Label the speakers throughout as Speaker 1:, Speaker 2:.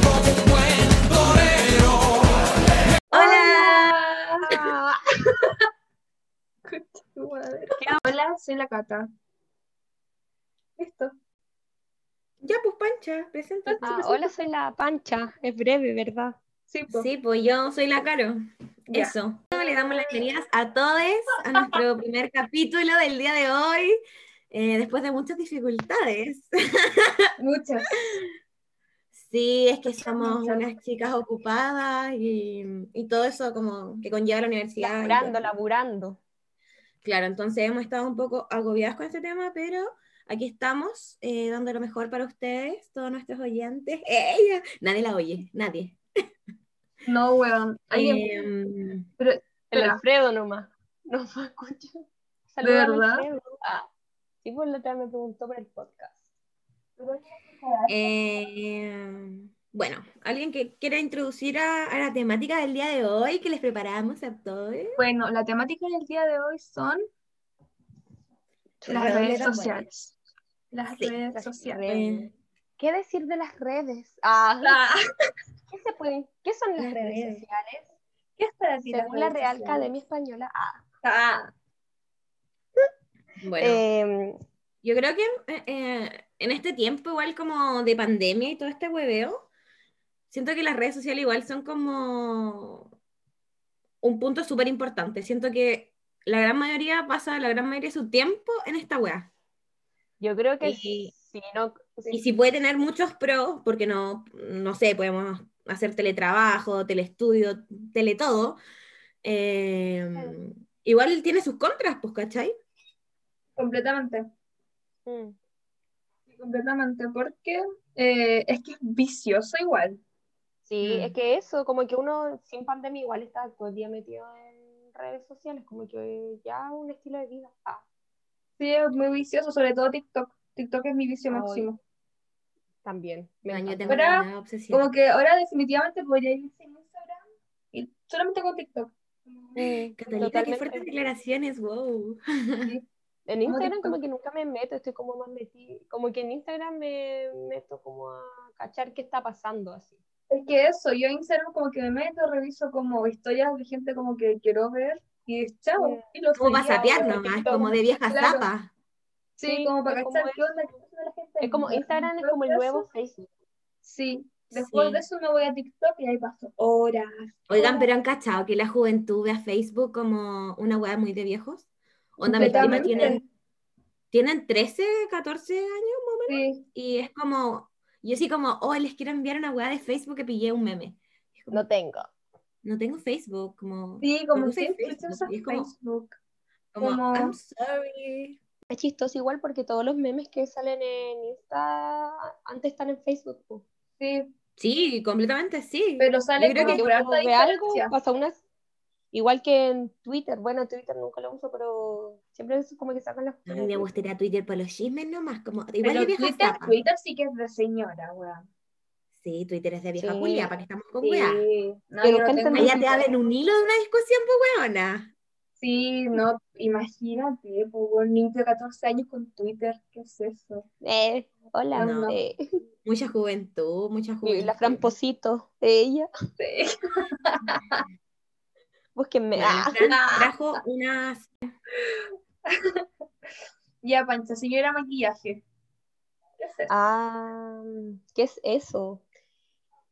Speaker 1: Hola, soy la Cata. Listo.
Speaker 2: Ya, pues Pancha, preséntate.
Speaker 3: Ah, hola, soy la Pancha. Es breve, ¿verdad?
Speaker 1: Sí, po.
Speaker 2: Sí, pues yo soy la Caro.
Speaker 1: Ya.
Speaker 2: Eso. Bueno, Le damos las bienvenidas a todos a nuestro primer capítulo del día de hoy, eh, después de muchas dificultades.
Speaker 1: Muchas.
Speaker 2: Sí, es que somos
Speaker 1: muchas.
Speaker 2: unas chicas ocupadas y, y todo eso como que conlleva la universidad. y
Speaker 3: Laburando,
Speaker 2: todo.
Speaker 3: laburando.
Speaker 2: Claro, entonces hemos estado un poco agobiadas con este tema, pero aquí estamos eh, dando lo mejor para ustedes, todos nuestros oyentes. ¡Ella! Nadie la oye, nadie.
Speaker 1: No, weón. Alguien-
Speaker 2: Em,
Speaker 3: El
Speaker 1: Espera.
Speaker 3: Alfredo nomás. No me escucha. Saluda
Speaker 1: ¿De
Speaker 3: al
Speaker 1: verdad?
Speaker 3: Alfredo. Ah, sí, por la otra me preguntó por el podcast.
Speaker 2: Eh, bueno, alguien que quiera introducir a, a la temática del día de hoy que les preparamos a todos.
Speaker 1: Bueno, la temática del día de hoy son las
Speaker 2: Redonda
Speaker 1: redes
Speaker 2: tambores.
Speaker 1: sociales. Las
Speaker 2: Sí,
Speaker 1: redes
Speaker 3: las
Speaker 1: sociales.
Speaker 2: Eh,
Speaker 3: ¿Qué decir de las redes? Ah, ¿qué, se pueden, ¿Qué son las,
Speaker 2: Las
Speaker 3: redes,
Speaker 2: redes.
Speaker 3: sociales?
Speaker 1: ¿Qué es para ti
Speaker 3: Según la Real Academia Española. ah,
Speaker 1: Ah,
Speaker 2: bueno,
Speaker 3: eh,
Speaker 2: yo creo que eh, eh, en este tiempo igual como de pandemia y todo este hueveo, siento que las redes sociales igual son como un punto súper importante. Siento que la gran mayoría pasa la gran mayoría de su tiempo en esta wea.
Speaker 3: yo creo que
Speaker 2: Y-
Speaker 3: sí, no, sí.
Speaker 2: Y si puede tener muchos pros, porque no, no sé, podemos hacer teletrabajo, telestudio, teletodo. eh,
Speaker 3: Claro.
Speaker 2: igual tiene sus contras, pues, ¿cachai?
Speaker 1: completamente.
Speaker 3: Mm.
Speaker 1: Completamente, porque eh, es que es vicioso igual.
Speaker 3: Sí,
Speaker 2: Mm.
Speaker 3: es que eso, como que uno sin pandemia igual está todo el día metido en redes sociales, como que ya un estilo de vida. Ah,
Speaker 1: Sí, es muy vicioso, sobre todo TikTok. TikTok es mi vicio
Speaker 3: Ay,
Speaker 1: máximo.
Speaker 3: también. me
Speaker 2: No, yo
Speaker 3: encanta.
Speaker 2: tengo
Speaker 1: Ahora,
Speaker 2: una obsesión.
Speaker 1: Como que ahora definitivamente podría irse en Instagram y solamente con TikTok.
Speaker 3: Mm,
Speaker 2: Catalita, qué
Speaker 3: totalmente.
Speaker 2: fuertes declaraciones, wow.
Speaker 3: En
Speaker 1: Como
Speaker 3: Instagram
Speaker 1: TikTok.
Speaker 3: como que nunca me meto, estoy como más metida, como que en Instagram me meto como a cachar qué está pasando así.
Speaker 1: Es que eso, yo en Instagram como que me meto, reviso como historias de gente como que quiero ver y chao.
Speaker 3: Mm.
Speaker 1: y lo
Speaker 2: Como para
Speaker 1: seguía,
Speaker 2: sapear
Speaker 1: bueno,
Speaker 2: nomás,
Speaker 1: TikTok.
Speaker 2: como de vieja
Speaker 1: Claro.
Speaker 2: zapa.
Speaker 1: Sí,
Speaker 3: Sí,
Speaker 1: como para
Speaker 3: es como
Speaker 1: cachar qué
Speaker 3: eso.
Speaker 1: onda, qué onda la gente.
Speaker 3: Es como
Speaker 1: Bueno,
Speaker 3: Instagram es como el
Speaker 1: entonces,
Speaker 3: nuevo Facebook.
Speaker 1: Sí, después
Speaker 2: Sí.
Speaker 1: de eso me voy a TikTok y ahí paso horas.
Speaker 2: Oigan,
Speaker 1: horas.
Speaker 2: pero han cachado que la juventud ve a Facebook como una weá muy de viejos. Onda, mis primas
Speaker 1: Completamente.
Speaker 2: tienen, tienen 13, 14 años.
Speaker 1: Sí,
Speaker 2: Y es como, yo sí como, oh, les quiero enviar una weá de Facebook que pillé un meme. Es como,
Speaker 3: No tengo.
Speaker 2: no tengo Facebook, como,
Speaker 1: sí, como
Speaker 2: Me gusta
Speaker 1: sí,
Speaker 2: Facebook,
Speaker 1: tú usas
Speaker 2: y es como-
Speaker 1: Facebook.
Speaker 2: como,
Speaker 1: como-
Speaker 2: I'm sorry.
Speaker 3: Es chistoso igual porque todos los memes que salen en Insta antes están en Facebook. po.
Speaker 1: Sí,
Speaker 2: Sí, completamente sí.
Speaker 1: pero
Speaker 2: Yo
Speaker 1: sale
Speaker 2: creo
Speaker 1: como
Speaker 2: que
Speaker 1: por
Speaker 3: uno
Speaker 1: harta
Speaker 3: ve algo,
Speaker 1: distancia.
Speaker 3: pasa unas. Igual que en Twitter, bueno, Twitter nunca lo uso, pero siempre es como que sacan las
Speaker 2: A mí me gustaría Twitter para los chismes nomás, como, igual
Speaker 1: Pero
Speaker 2: de vieja
Speaker 1: Twitter,
Speaker 2: zapa.
Speaker 1: Twitter sí que es de señora, weón.
Speaker 2: Sí, Twitter es de vieja
Speaker 3: Sí.
Speaker 2: culia, para que estamos con
Speaker 1: Sí,
Speaker 2: weá.
Speaker 1: no,
Speaker 3: Yo
Speaker 1: yo
Speaker 3: nunca
Speaker 1: no tengo
Speaker 3: entendí.
Speaker 2: Allá te abren un hilo de una discusión, pues weona.
Speaker 1: Sí, no, imagínate, pues, un niño de 14 años con Twitter, ¿qué es eso?
Speaker 3: Eh, hola,
Speaker 2: No.
Speaker 3: eh,
Speaker 2: Mucha juventud, mucha juventud.
Speaker 3: la Framposito, ella,
Speaker 1: Sí.
Speaker 3: búsquenme.
Speaker 2: Bueno, la
Speaker 3: ah.
Speaker 2: Fran trajo unas...
Speaker 1: Ya, Pancha, señora maquillaje. ¿Qué es eso?
Speaker 3: Ah, ¿qué es eso?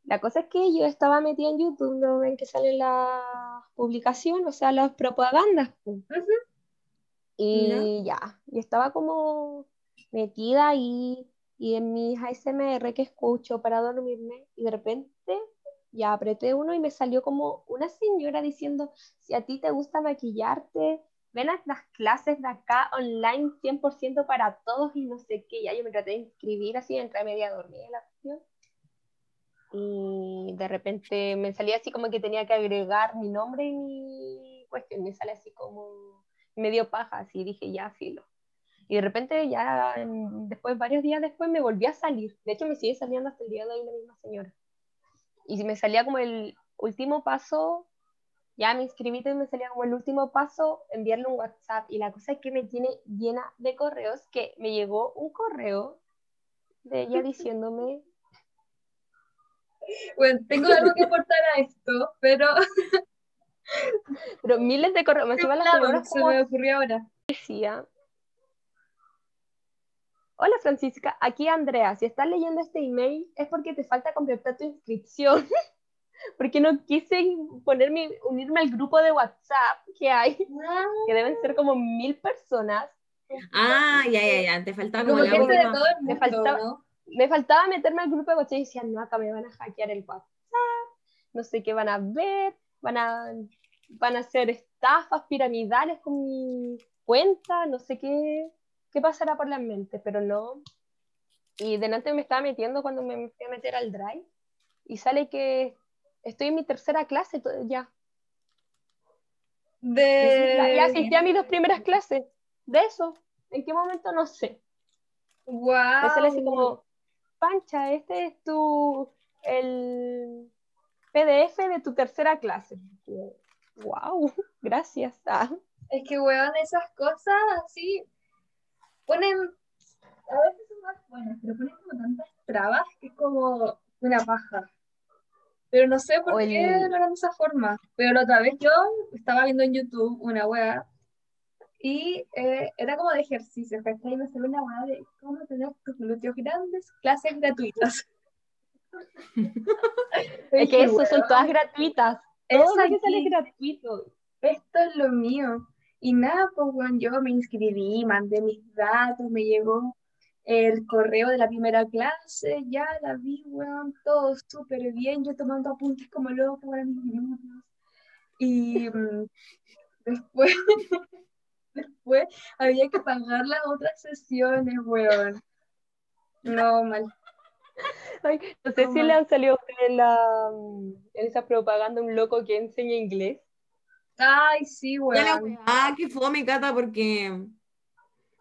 Speaker 3: La cosa es que yo estaba metida en YouTube, no ven que salen las publicaciones, o sea, las propagandas. po. Y ya, y estaba como metida ahí y en mis ASMR que escucho para dormirme y de repente ya apreté uno y me salió como una señora diciendo, si a ti te gusta maquillarte, ven a las clases de acá online 100% para todos y no sé qué. Ya yo me traté de inscribir así, entré media dormida en la cuestión. Y de repente me salía así como que tenía que agregar mi nombre y mi cuestión. Me sale así como medio paja, así dije, ya filo. Y de repente ya en- después, varios días después, me volví a salir. De hecho, me sigue saliendo hasta el día de hoy la misma señora. Y me salía como el último paso, ya me inscribí y me salía como el último paso, enviarle un WhatsApp. Y la cosa es que me tiene llena de correos, que me llegó un correo de ella diciéndome
Speaker 1: Bueno, tengo algo que aportar a esto, pero
Speaker 3: Pero miles de correos, me encima las
Speaker 1: Claro,
Speaker 3: señoras
Speaker 1: se
Speaker 3: como,
Speaker 1: me ocurrió ahora.
Speaker 3: decía. Hola Francisca, aquí Andrea. Si estás leyendo este email es porque te falta completar tu inscripción. porque no quise ponerme, unirme al grupo de WhatsApp que hay,
Speaker 1: Ah,
Speaker 3: que deben ser como mil personas.
Speaker 2: Ah, ya, ya, ya, te faltaba como
Speaker 1: Como
Speaker 2: la
Speaker 1: gente de
Speaker 2: última.
Speaker 1: todo el
Speaker 3: Me
Speaker 1: mundo,
Speaker 3: faltaba-
Speaker 1: ¿no?
Speaker 3: Me faltaba meterme al grupo de WhatsApp y decía, no, acá me van a hackear el WhatsApp, no sé qué van a ver, van a, van a hacer estafas piramidales con mi cuenta, no sé qué, qué pasará por la mente, pero no. Y delante me estaba metiendo cuando me fui a meter al drive y sale que estoy en mi tercera clase to- ya.
Speaker 1: De...
Speaker 3: Ya asistí a mis dos primeras clases. De eso, ¿en qué momento? No sé. Me sale así
Speaker 1: Wow.
Speaker 3: como, Pancha, este es tu, el PDF de tu tercera clase. Wow, gracias. Ah,
Speaker 1: Es que, weón, esas cosas así ponen, a veces son más buenas, pero ponen como tantas trabas que es como una paja. Pero no sé por
Speaker 3: Oye.
Speaker 1: qué lo harán de esa forma. Pero la otra vez yo estaba viendo en YouTube una wea y eh, era como de ejercicio, ¿cachai? Y me salió una wea de cómo tener tus glúteos grandes, clases gratuitas.
Speaker 3: es que
Speaker 1: Dije,
Speaker 3: eso son
Speaker 1: weón,
Speaker 3: todas gratuitas. Todo lo
Speaker 1: esa
Speaker 3: que sale es
Speaker 1: aquí-
Speaker 3: gratuito.
Speaker 1: esto es lo mío. Y nada, pues weón, yo me inscribí, mandé mis datos, me llegó el correo de la primera clase, ya la vi, weón, todo súper bien, yo tomando apuntes como loco para mis minutos. Y mm, después, después había que pagar las otras sesiones, weón. No, mal.
Speaker 3: Ay, no sé si
Speaker 1: Toma.
Speaker 3: le han salido a ustedes en, la, en esa propaganda un loco que enseña inglés.
Speaker 1: Ay, sí,
Speaker 2: Ya la
Speaker 1: weón.
Speaker 2: weá, ah, que fome, Cata, porque.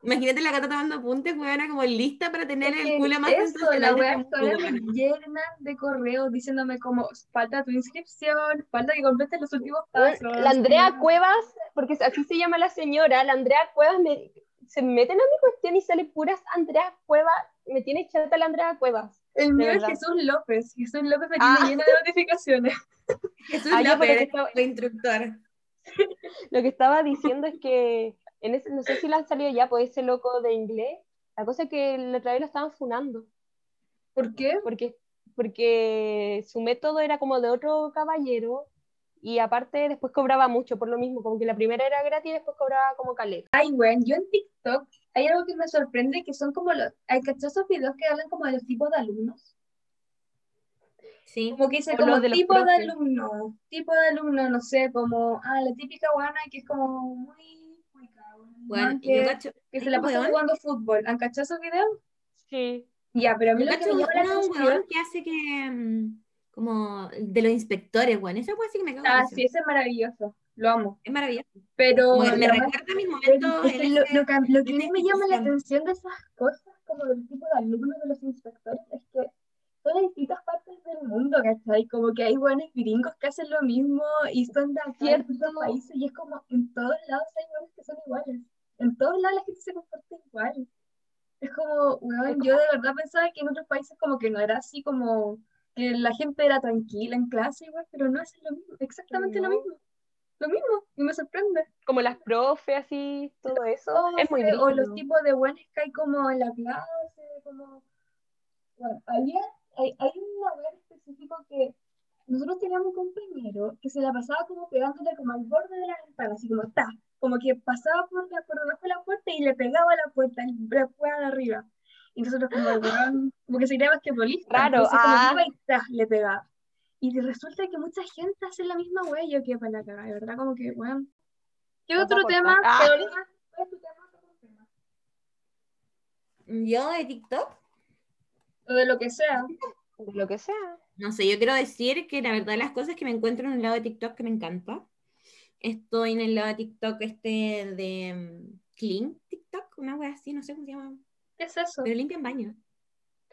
Speaker 2: Imagínate la Cata tomando apuntes, weona, como lista para tener
Speaker 1: Es
Speaker 2: el
Speaker 1: que
Speaker 2: culo más
Speaker 1: eso, la
Speaker 2: sensacional de
Speaker 1: wea
Speaker 2: este
Speaker 1: es
Speaker 2: mundo,
Speaker 1: que ahora me
Speaker 2: weona.
Speaker 1: llenan de correos diciéndome como falta tu inscripción, falta que completes los últimos pasos.
Speaker 3: La Andrea Cuevas, porque así se llama la señora, la Andrea Cuevas me- se meten a mi cuestión y sale puras Andrea Cuevas. Me tiene chata la Andrea Cuevas.
Speaker 1: El mío es
Speaker 3: verdad.
Speaker 1: Jesús López. Jesús López me
Speaker 3: Ah.
Speaker 1: tiene llena de notificaciones.
Speaker 2: Jesús
Speaker 3: Ah, ya,
Speaker 2: López,
Speaker 3: pero que estaba-
Speaker 2: el instructor.
Speaker 3: Lo que estaba diciendo es que, en ese, no sé si le han salido ya, pues ese loco de inglés, la cosa es que la otra vez lo estaban funando,
Speaker 1: ¿Por qué?
Speaker 3: porque, porque su método era como de otro caballero y aparte después cobraba mucho por lo mismo, como que la primera era gratis y después cobraba como caleta.
Speaker 1: Ay, weón, yo en TikTok hay algo que me sorprende que son como los... Hay cachosos videos que hablan como de los tipos de alumnos.
Speaker 2: Sí.
Speaker 1: Como que dice
Speaker 3: O
Speaker 1: como
Speaker 3: los de los
Speaker 1: tipo de
Speaker 3: profes.
Speaker 1: alumno, tipo de alumno, no sé, como... Ah, la típica guana que es como muy... muy cabrón,
Speaker 2: Bueno,
Speaker 1: que,
Speaker 2: yo cacho.
Speaker 1: que se la pasa
Speaker 2: weón.
Speaker 1: jugando fútbol. ¿Han cachado esos videos?
Speaker 3: Sí.
Speaker 1: Ya, pero a mí
Speaker 2: Yo
Speaker 1: lo que
Speaker 2: cacho
Speaker 1: me llama la
Speaker 2: uno, un
Speaker 1: atención,
Speaker 2: weón que hace que. mm, Como de los inspectores, weón. Esa weón sí que me cago en la
Speaker 1: ah,
Speaker 2: risa.
Speaker 1: sí, ese es maravilloso, lo amo,
Speaker 2: Es maravilloso.
Speaker 1: pero
Speaker 2: Como que me
Speaker 1: lo más-
Speaker 2: recuerda a mis momentos.
Speaker 1: es que
Speaker 2: en
Speaker 1: lo,
Speaker 2: ese-
Speaker 1: lo que, lo que
Speaker 2: en
Speaker 1: más me llama la
Speaker 2: institución.
Speaker 1: atención de esas cosas, como del tipo de alumnos de los inspectores, es que son de distintas partes del mundo, ¿cachai? Como que hay buenos gringos que hacen lo mismo y son de acá, de
Speaker 3: Cierto.
Speaker 1: otros países, y es como en todos lados hay buenos que son iguales, en todos lados la gente se comporta igual. Es como, weón, yo de verdad pensaba que en otros países como que no era así, como que la gente era tranquila en clase, igual, pero no es lo mismo, exactamente lo
Speaker 3: No.
Speaker 1: mismo. Lo mismo, y me sorprende.
Speaker 3: Como las profes, así, todo eso.
Speaker 1: O,
Speaker 3: es muy
Speaker 1: sea, este, o los
Speaker 3: brígido.
Speaker 1: tipos de buenos que hay como en la clase, como... Bueno, había, hay, hay un lugar específico que nosotros teníamos un compañero que se la pasaba como pegándole como al borde de la ventana, así como ta, como que pasaba por, la, por debajo de la puerta y le pegaba a la puerta, y la puerta de arriba. Y nosotros como, weón, como que se creía basquetbolista.
Speaker 3: Raro,
Speaker 1: Entonces como
Speaker 3: ah.
Speaker 1: que iba y ta, le pegaba. Y resulta que mucha gente hace la misma wea y yo quedé para la cagada, de verdad, como que, weón. ¿Qué
Speaker 3: No
Speaker 1: otro
Speaker 3: soporto.
Speaker 1: tema?
Speaker 3: Ah.
Speaker 1: ¿Qué otro tema? ¿Cuál es tu tema? ¿Cuál es tu tema?
Speaker 2: Yo de TikTok.
Speaker 1: O de lo que sea.
Speaker 3: De lo que sea.
Speaker 2: No sé, yo quiero decir que la verdad las cosas que me encuentro en el lado de TikTok que me encanta. Estoy en el lado de TikTok este de mm, Clean TikTok, una wea así, no sé cómo se llama,
Speaker 1: ¿Qué es eso?
Speaker 2: pero limpian baños.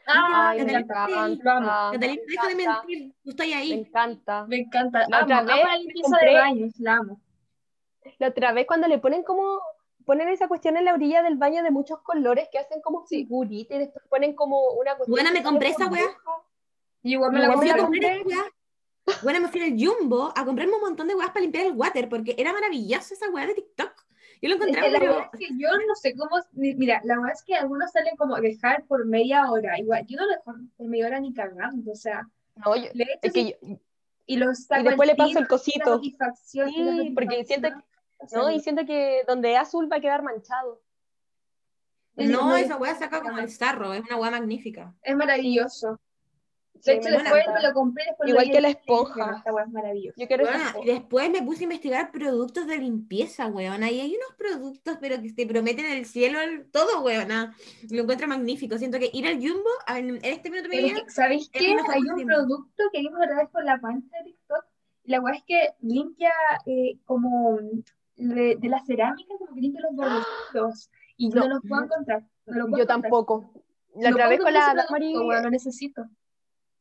Speaker 1: Ah,
Speaker 3: Ay,
Speaker 1: me
Speaker 3: me
Speaker 1: encanta.
Speaker 2: encanta.
Speaker 1: Lo
Speaker 2: Catalina,
Speaker 1: amo.
Speaker 3: encanta, Ah, me
Speaker 2: deja de
Speaker 3: encanta,
Speaker 2: mentir, yo estoy ahí.
Speaker 3: me encanta.
Speaker 1: Me encanta.
Speaker 3: La
Speaker 1: Amo,
Speaker 3: otra
Speaker 1: amo
Speaker 3: vez
Speaker 1: la
Speaker 3: me
Speaker 1: limpieza de
Speaker 3: compré-
Speaker 1: baños, la amo.
Speaker 3: La otra vez cuando le ponen como, ponen esa cuestión en la orilla del baño de muchos colores que hacen como figurita y después ponen como una cuestión.
Speaker 2: Buena,
Speaker 3: que
Speaker 2: me
Speaker 3: sale
Speaker 2: compré esa
Speaker 3: burbuja.
Speaker 2: wea.
Speaker 1: Y igual me
Speaker 3: No,
Speaker 1: la
Speaker 2: Me
Speaker 3: ¿cómo
Speaker 2: fui a
Speaker 1: compré.
Speaker 3: la
Speaker 2: comprar esa wea. Bueno, me fui al Jumbo a comprarme un montón de weas para limpiar el water, porque era maravillosa esa wea de TikTok. Yo lo
Speaker 1: Es
Speaker 2: encontraba,
Speaker 1: que la
Speaker 2: pero-
Speaker 1: verdad es que yo no sé cómo, ni- mira, la verdad es que algunos salen como dejar por media hora, igual, yo no dejo por media hora ni cagando, o sea,
Speaker 3: No, yo-
Speaker 1: le echo
Speaker 3: es
Speaker 1: así
Speaker 3: que yo-
Speaker 1: y lo saco
Speaker 3: y después
Speaker 1: al
Speaker 3: le paso el
Speaker 1: tiro, y la
Speaker 3: cosito.
Speaker 1: satisfacción, y la
Speaker 3: Sí, porque siento
Speaker 1: satisfacción, o sea,
Speaker 3: No, y siento que donde es azul va a quedar manchado.
Speaker 1: Yo no
Speaker 2: No,
Speaker 1: lo
Speaker 2: esa
Speaker 1: dejo
Speaker 2: weá
Speaker 1: por
Speaker 2: saca
Speaker 1: media
Speaker 2: como
Speaker 1: hora.
Speaker 2: el sarro, es una weá magnífica.
Speaker 1: es maravilloso.
Speaker 3: Sí,
Speaker 1: De hecho,
Speaker 3: me
Speaker 1: después
Speaker 3: encanta.
Speaker 1: me lo compré, después lo
Speaker 3: Igual
Speaker 1: vi
Speaker 3: que
Speaker 1: en
Speaker 3: la
Speaker 1: Chile y dije,
Speaker 3: esponja.
Speaker 1: "No, Esta weá es maravillosa.
Speaker 3: Yo quiero esa
Speaker 2: Weona, y
Speaker 3: esponja.
Speaker 2: después me puse a investigar productos de limpieza, weona, y hay unos productos, pero que te prometen el cielo, el- todo, weona. Lo encuentro magnífico. Siento que ir al Jumbo en, en este minuto de mi
Speaker 1: Pero es
Speaker 2: vida,
Speaker 1: que, ¿sabéis
Speaker 2: es
Speaker 1: qué?
Speaker 2: mi mejor
Speaker 1: Hay un
Speaker 2: opción.
Speaker 1: producto que vimos otra vez por la pancha de TikTok. y La weá es que limpia eh, como de, de la cerámica, como que limpia los bordecitos. Y no,
Speaker 3: No.
Speaker 1: los puedo encontrar. No los puedo
Speaker 3: Yo
Speaker 1: encontrar.
Speaker 3: tampoco. La
Speaker 1: No
Speaker 3: otra
Speaker 1: puedo
Speaker 3: vez con la
Speaker 1: encontrar ese
Speaker 3: Damari,
Speaker 1: producto, weón, lo necesito.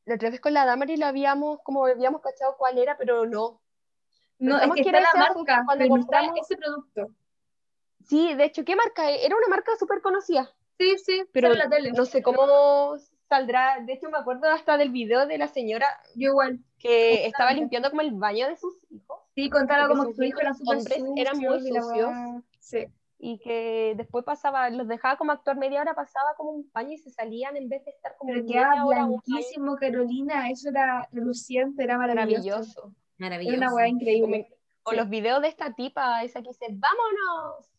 Speaker 3: la otra vez con la Damari lo habíamos, como habíamos cachado cuál era, pero no.
Speaker 1: No, es
Speaker 3: Pensamos
Speaker 1: que
Speaker 3: que
Speaker 1: está
Speaker 3: era
Speaker 1: la
Speaker 3: ese azul
Speaker 1: marca,
Speaker 3: cuando
Speaker 1: pero no está
Speaker 3: compramos.
Speaker 1: ese producto.
Speaker 3: Sí, de hecho, ¿qué marca? es? Era una marca súper conocida.
Speaker 1: Sí, sí,
Speaker 3: Pero
Speaker 1: sale en la tele.
Speaker 3: No sé cómo saldrá. De hecho, me acuerdo hasta del video de la señora
Speaker 1: Yo igual.
Speaker 3: que estaba limpiando como el baño de sus hijos
Speaker 1: Sí, contaba
Speaker 3: Porque
Speaker 1: como que
Speaker 3: sus
Speaker 1: su hijo
Speaker 3: hijos,
Speaker 1: era
Speaker 3: los
Speaker 1: súper
Speaker 3: hombres, eran muy
Speaker 1: sucio y la weá.
Speaker 3: sucios.
Speaker 1: Sí.
Speaker 3: y que después pasaba, los dejaba como actuar media hora, pasaba como un baño y se salían en vez de estar como
Speaker 1: Pero
Speaker 3: media
Speaker 1: quedaba
Speaker 3: hora o un baño.
Speaker 1: blanquísimo, Carolina. Eso era reluciente, era maravilloso.
Speaker 3: maravilloso.
Speaker 1: Era
Speaker 2: maravilloso.
Speaker 1: una weá
Speaker 3: O,
Speaker 1: increíble.
Speaker 3: me- o los videos de esta tipa, esa que dice, vámonos.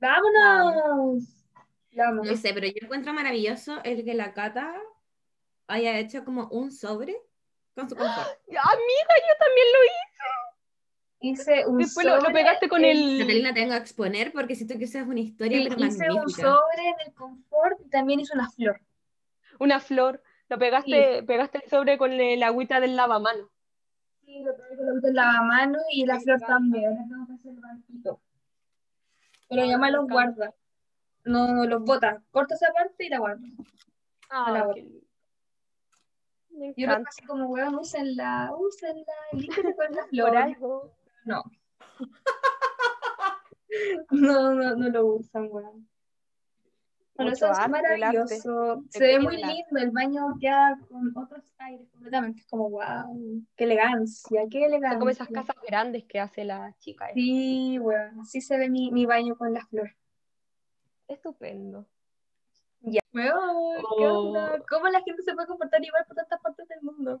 Speaker 1: ¡Vámonos! Vamos.
Speaker 2: No sé, pero yo encuentro maravilloso el que la Cata haya hecho como un sobre con su
Speaker 1: ¡Ah!
Speaker 2: confort.
Speaker 3: Y, Amiga, yo también lo hice.
Speaker 1: Hice un
Speaker 3: Después lo, lo
Speaker 1: sobre,
Speaker 3: pegaste con
Speaker 1: eh,
Speaker 3: el...
Speaker 2: Catalina tengo que exponer porque siento que esa es una historia
Speaker 1: sí,
Speaker 2: pero
Speaker 1: hice un
Speaker 2: magnífica.
Speaker 1: sobre en el confort y también hice una flor.
Speaker 3: una flor. Lo pegaste, pegaste el sobre con el agüita del lavamano.
Speaker 1: Sí, lo pegué con la bota en lavamanos y la
Speaker 3: Me
Speaker 1: flor
Speaker 3: encanta.
Speaker 1: también. Ahora tengo que hacer el banquito. Pero mi
Speaker 3: Ay,
Speaker 1: mamá
Speaker 3: me
Speaker 1: los
Speaker 3: encanta.
Speaker 1: guarda. No los bota. Corto esa parte y la guardo.
Speaker 3: Ah,
Speaker 1: la
Speaker 3: qué lindo. Me
Speaker 1: Yo lo
Speaker 3: encanta.
Speaker 1: así como, weón, úsenla, úsenla, límpiate con la
Speaker 3: Por
Speaker 1: flor.
Speaker 3: algo.
Speaker 1: No, no, no lo usan, weón. Bueno, eso
Speaker 3: Mucho
Speaker 1: es
Speaker 3: arte, el arte.
Speaker 1: maravilloso. Se ve
Speaker 3: Pequeño
Speaker 1: muy
Speaker 3: arte.
Speaker 1: lindo el baño ya con otros aires completamente. Es como, wow, qué elegancia, qué elegancia.
Speaker 3: Son como esas casas grandes que hace la chica. Es
Speaker 1: Sí, weón, así se ve mi, mi baño con las flores.
Speaker 3: Estupendo.
Speaker 1: Weón, ¿qué
Speaker 3: Oh.
Speaker 1: onda? ¿Cómo la gente se puede comportar igual por tantas partes del mundo?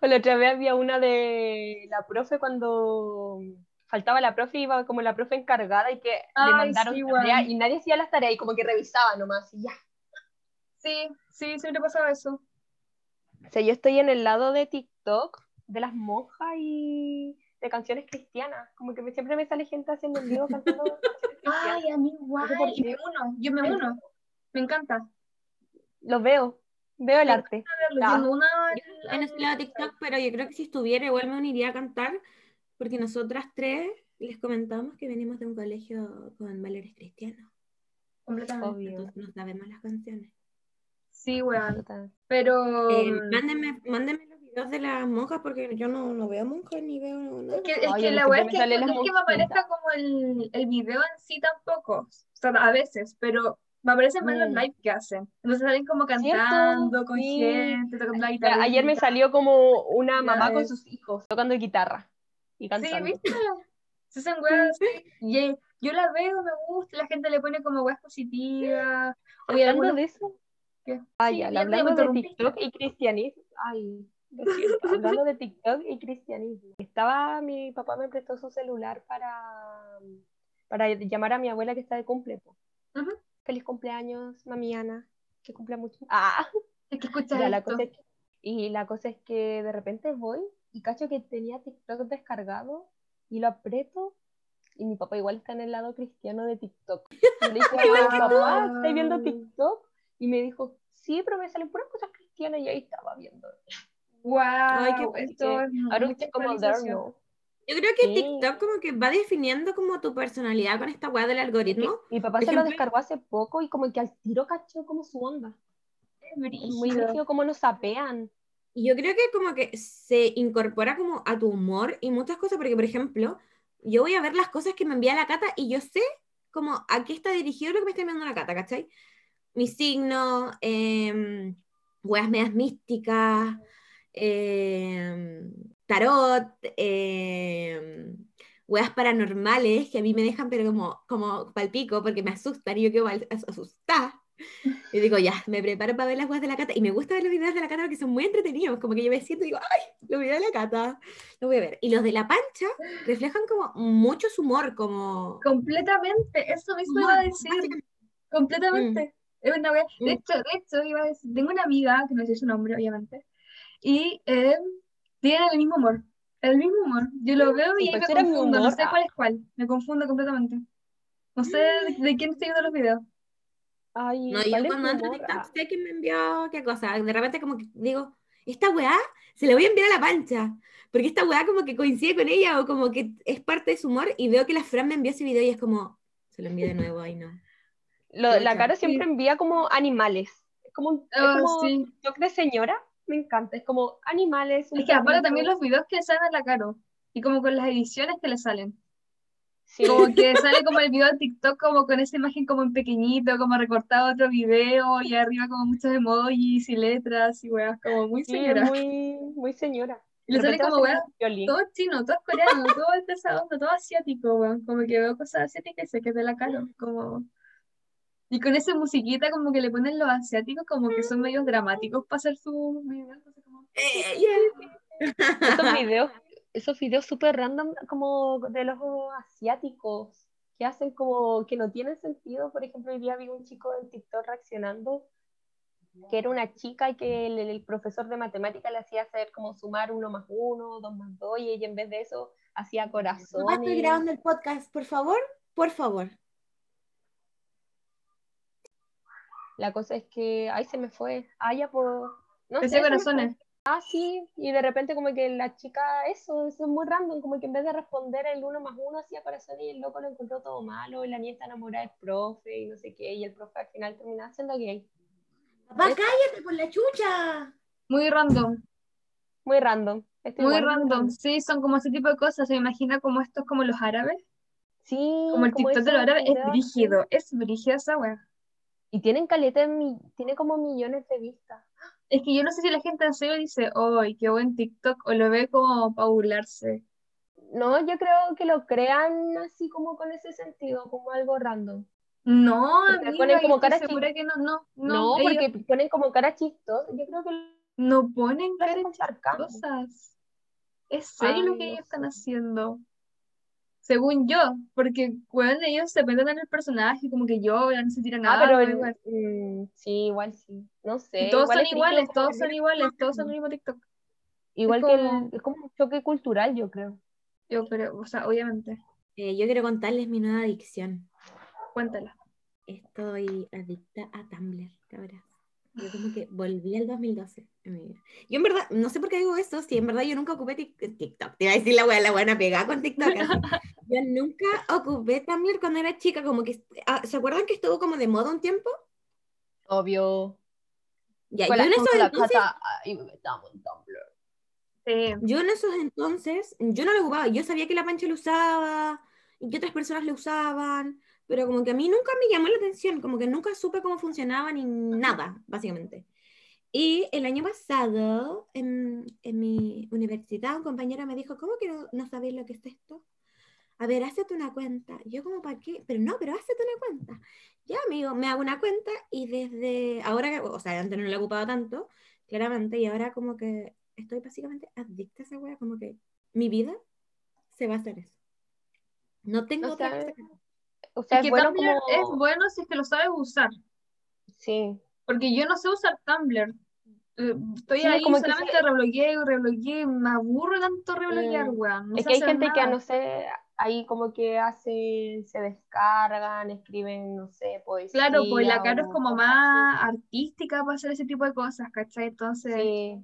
Speaker 3: O La otra vez había una de la profe cuando faltaba la profe, iba como la profe encargada y que
Speaker 1: Ay,
Speaker 3: le mandaron
Speaker 1: sí,
Speaker 3: tarea
Speaker 1: weón.
Speaker 3: y nadie hacía las tareas y como que revisaba nomás y ya.
Speaker 1: Sí, sí, siempre pasaba eso.
Speaker 3: O sea, yo estoy en el lado de TikTok, de las monjas y de canciones cristianas. Como que me- siempre me sale gente haciendo el vivo cantando canciones cristianas.
Speaker 1: Ay, a mí igual.
Speaker 3: Pero por
Speaker 1: Y me uno, yo me uno. Me encanta.
Speaker 3: Lo veo, veo el
Speaker 1: Me
Speaker 3: arte.
Speaker 1: A ver,
Speaker 3: Ah.
Speaker 1: yo me uno al-
Speaker 2: Yo no soy la de TikTok, pero yo creo que si estuviera igual me uniría a cantar porque nosotras tres les comentamos que venimos de un colegio con valores cristianos.
Speaker 1: completamente.
Speaker 3: Obvio.
Speaker 2: Entonces nos sabemos las canciones.
Speaker 1: Sí, weón. Pero.
Speaker 2: Eh, mándenme, mándenme los videos de las monjas porque yo no, no veo monjas ni veo nada.
Speaker 1: Es que, es
Speaker 3: Ay,
Speaker 1: que
Speaker 3: a mí
Speaker 1: la
Speaker 3: siempre
Speaker 1: weá es
Speaker 3: me
Speaker 1: que
Speaker 3: sale
Speaker 1: no
Speaker 3: la
Speaker 1: es que me
Speaker 3: musiquita.
Speaker 1: aparezca como el, el video en sí tampoco, o sea, a veces, pero me aparecen más los
Speaker 3: Mm.
Speaker 1: live que hacen. Entonces salen como cantando con
Speaker 3: Sí.
Speaker 1: gente, tocando la guitarra.
Speaker 3: Ayer me salió como una
Speaker 1: Ya
Speaker 3: mamá con
Speaker 1: es.
Speaker 3: sus hijos tocando guitarra y
Speaker 1: Sí,
Speaker 3: cantando.
Speaker 1: ¿viste? Se hacen weas así. Y eh, yo la veo, me gusta, la gente le pone como weas positivas. Oye,
Speaker 3: Hablando
Speaker 1: algunos
Speaker 3: de eso.
Speaker 1: ¿Qué?
Speaker 3: Ay,
Speaker 1: ya te
Speaker 3: hablando de
Speaker 1: interrumpí.
Speaker 3: TikTok y cristianismo. Ay, lo siento, hablando de TikTok y cristianismo. Estaba, mi papá me prestó su celular para, para llamar a mi abuela que está de cumple. po.
Speaker 1: Ujú.
Speaker 3: Feliz cumpleaños, mami Ana, que cumpla mucho. Ah,
Speaker 1: es que escuchas
Speaker 3: ya, la
Speaker 1: esto.
Speaker 3: cosa es que- y la cosa es que de repente voy y cacho que tenía TikTok descargado y lo aprieto y mi papá igual está en el lado cristiano de TikTok. Y le dije,
Speaker 1: Igual que
Speaker 3: "Ay, papá,
Speaker 1: tú.
Speaker 3: ¿estás viendo TikTok? Y me dijo, sí, pero me salen puras cosas cristianas y ahí estaba viendo.
Speaker 2: qué
Speaker 1: Wow, esto
Speaker 3: bonito.
Speaker 1: es
Speaker 3: Ahora
Speaker 1: mucha
Speaker 3: usted como there,
Speaker 1: actualización.
Speaker 3: ¿no?
Speaker 2: Yo creo que
Speaker 3: Sí.
Speaker 2: TikTok como que va definiendo como tu personalidad con esta weá del algoritmo.
Speaker 3: Mi papá
Speaker 2: Por
Speaker 3: se
Speaker 2: ejemplo-
Speaker 3: lo descargó hace poco y como que al tiro cachó como su onda.
Speaker 1: Es
Speaker 3: Es muy
Speaker 1: brígido.
Speaker 3: rígido como nos sapean.
Speaker 2: Y yo creo que como que se incorpora como a tu humor y muchas cosas, porque por ejemplo, yo voy a ver las cosas que me envía la Cata y yo sé como a qué está dirigido lo que me está enviando la Cata, ¿cachai? Mi signo, eh, weas medias em, místicas, eh, tarot, eh, weas paranormales que a mí me dejan, pero como, como palpico, porque me asustan y yo quedo as- asustada. Y digo, ya, me preparo para ver las weas de la cata. Y me gusta ver los videos de la cata porque son muy entretenidos. Como que yo me siento y digo, ¡ay! Los videos de la cata, los voy a ver. Y los de la pancha reflejan como mucho su humor, como.
Speaker 1: Completamente, eso mismo iba a decir. Completamente. Es una wea-
Speaker 2: Mm.
Speaker 1: De hecho, de hecho, iba a decir, tengo una amiga, que no sé su nombre, obviamente, y eh, tiene el mismo humor. El mismo humor. Yo lo veo y
Speaker 3: Sí,
Speaker 1: ahí me
Speaker 3: pues, era mi
Speaker 1: confundo, no
Speaker 3: humor,
Speaker 1: sé
Speaker 3: ah.
Speaker 1: cuál es cuál. Me confundo completamente. No sé de, de quién estoy viendo los videos.
Speaker 3: Ay,
Speaker 2: No,
Speaker 3: ¿cuál
Speaker 2: yo
Speaker 3: es
Speaker 2: cuando
Speaker 3: mi
Speaker 2: entro a
Speaker 3: humor?
Speaker 2: TikTok
Speaker 3: Ah,
Speaker 2: sé quién me envió qué cosa. De repente como que digo, esta weá se la voy a enviar a la pancha. Porque esta weá como que coincide con ella o como que es parte de su humor y veo que la Fran me envió ese video y es como, se lo envié de nuevo, ay no.
Speaker 3: lo- la
Speaker 2: Mucho.
Speaker 3: cara siempre
Speaker 1: Sí.
Speaker 3: envía como animales. Es como, un- es
Speaker 1: Ah,
Speaker 3: como
Speaker 1: sí.
Speaker 3: TikTok de señora. Me encanta. Es como animales. un
Speaker 1: Es que aparte
Speaker 3: perrito.
Speaker 1: también los videos que salen a la Caro y como con las ediciones que le salen.
Speaker 3: Sí.
Speaker 1: Como que sale como el video de TikTok como con esa imagen como en pequeñito, como recortado a otro video y arriba como muchos emojis y letras y weas, como muy
Speaker 3: Sí,
Speaker 1: señora.
Speaker 3: es muy, muy señora.
Speaker 1: Y le
Speaker 3: De
Speaker 1: sale
Speaker 3: repente
Speaker 1: como
Speaker 3: va a ser
Speaker 1: weas,
Speaker 3: violín.
Speaker 1: todo chino, todo coreano, todo de esa onda, todo asiático, weón. Como que veo cosas asiáticas y sé que es de la Caro, como... Y con esa musiquita como que le ponen los asiáticos como que son medios dramáticos para hacer su video, entonces como-
Speaker 2: Eh, yeah.
Speaker 3: Esos videos, esos videos súper random como de los asiáticos que hacen como que no tienen sentido. Por ejemplo, hoy día vi un chico en TikTok reaccionando que era una chica y que el, el profesor de matemática le hacía hacer como sumar uno más uno, dos más dos, y ella en vez de eso
Speaker 1: Ah,
Speaker 3: hacía
Speaker 2: Papá, estoy
Speaker 3: corazones.
Speaker 2: grabando el podcast, por favor, por favor.
Speaker 3: La cosa es que, ay, se me fue. Ay, ya por... No sé,
Speaker 1: Decía
Speaker 3: se me
Speaker 1: corazones.
Speaker 3: Ah, sí, y de repente como que la chica, eso, eso es muy random, como que en vez de responder el uno más uno hacía corazón y el loco lo encontró todo malo, y la nieta enamorada del profe y no sé qué, y el profe al final terminaba siendo gay.
Speaker 2: Papá,
Speaker 3: Eso.
Speaker 2: cállate por la chucha.
Speaker 1: Muy random.
Speaker 3: Muy random. Esto
Speaker 1: Muy
Speaker 3: igual es
Speaker 1: random, sí, son como ese tipo de cosas. Se me imagina como estos, como los árabes,
Speaker 3: Sí,
Speaker 1: como el TikTok de los
Speaker 3: esos
Speaker 1: árabes, es
Speaker 3: videos,
Speaker 1: brígido, es brígida esa wea.
Speaker 3: Y tienen caleta, de mi- tiene como millones de vistas.
Speaker 1: Es que yo no sé si la gente en serio dice, ¡ay, qué buen TikTok! o lo ve como para burlarse.
Speaker 3: No, yo creo que lo crean así como con ese sentido, como algo random.
Speaker 1: No,
Speaker 3: Porque
Speaker 1: amiga,
Speaker 3: ponen como
Speaker 1: yo estoy
Speaker 3: caras
Speaker 1: segura que no, no, no,
Speaker 3: No,
Speaker 1: ellos
Speaker 3: porque ponen como cara chistosa, yo creo que lo
Speaker 1: no ponen
Speaker 3: hacen
Speaker 1: caras
Speaker 3: con sarcasmo.
Speaker 1: chistosas. Es serio lo
Speaker 3: Ay,
Speaker 1: que
Speaker 3: no
Speaker 1: ellos están
Speaker 3: sé.
Speaker 1: haciendo. Según yo, porque cuando ellos se meten en el personaje, como que lloran, se tiran
Speaker 3: Ah,
Speaker 1: agua,
Speaker 3: pero
Speaker 1: igual.
Speaker 3: el- mm, sí, igual sí. No sé.
Speaker 1: Y todos
Speaker 3: igual
Speaker 1: son
Speaker 3: es brígido
Speaker 1: iguales,
Speaker 3: como
Speaker 1: todos
Speaker 3: el-
Speaker 1: son iguales, todos son el mismo TikTok.
Speaker 3: Igual
Speaker 1: es
Speaker 3: que el-
Speaker 1: como-
Speaker 3: es como un choque cultural, yo creo.
Speaker 1: Yo creo, o sea, obviamente,
Speaker 2: Eh, yo quiero contarles mi nueva adicción.
Speaker 1: cuéntala.
Speaker 2: Estoy adicta a Tumblr, cabras. Yo como que volví al 2012 en mi vida. Yo en verdad, no sé por qué digo eso, si en verdad yo nunca ocupé tic- TikTok. Te iba a decir la buena, la buena pegada con TikTok. así. Yo nunca ocupé Tumblr cuando era chica, como que, ah, ¿se acuerdan que estuvo como de moda un tiempo?
Speaker 3: Obvio.
Speaker 2: Ya,
Speaker 3: Con
Speaker 2: yo
Speaker 3: la,
Speaker 2: en esos
Speaker 3: con la
Speaker 2: entonces
Speaker 3: cata, ahí me metamos en Tumblr.
Speaker 1: Sí,
Speaker 2: Yo en esos entonces, yo no lo ocupaba, yo sabía que la pancha lo usaba y que otras personas lo usaban, pero como que a mí nunca me llamó la atención, como que nunca supe cómo funcionaba ni nada, básicamente. Y el año pasado, en, en mi universidad, un compañero me dijo, ¿cómo que no, no sabéis lo que es esto? A ver, hazte una cuenta. Yo como, ¿para qué? Pero no, pero hazte una cuenta. Ya, amigo, me hago una cuenta y desde ahora, o sea, antes no la ocupaba tanto, claramente, y ahora como que estoy básicamente adicta a esa wea, como que mi vida se va a hacer eso. No tengo
Speaker 3: O
Speaker 2: otra
Speaker 3: sea,
Speaker 2: cosa que
Speaker 3: O sea,
Speaker 1: es
Speaker 3: es,
Speaker 1: que
Speaker 3: bueno
Speaker 1: Tumblr es
Speaker 3: como.
Speaker 1: bueno si es que lo sabes usar,
Speaker 3: Sí.
Speaker 1: porque yo no sé usar Tumblr. Eh, Estoy
Speaker 3: Sí,
Speaker 1: ahí
Speaker 3: como que
Speaker 1: solamente
Speaker 3: se-
Speaker 1: rebloqueo, rebloqueo, me aburro tanto rebloquear,
Speaker 3: Mm.
Speaker 1: weón. No
Speaker 3: es
Speaker 1: sé
Speaker 3: que hay
Speaker 1: hacer
Speaker 3: gente que,
Speaker 1: nada.
Speaker 3: no sé, ahí como que hacen, se descargan, escriben, no sé, poesía.
Speaker 1: Claro, pues la cara es
Speaker 3: o
Speaker 1: como
Speaker 3: cosas
Speaker 1: más artística para hacer ese tipo de cosas, ¿cachai?
Speaker 3: así.
Speaker 1: Entonces
Speaker 3: Sí.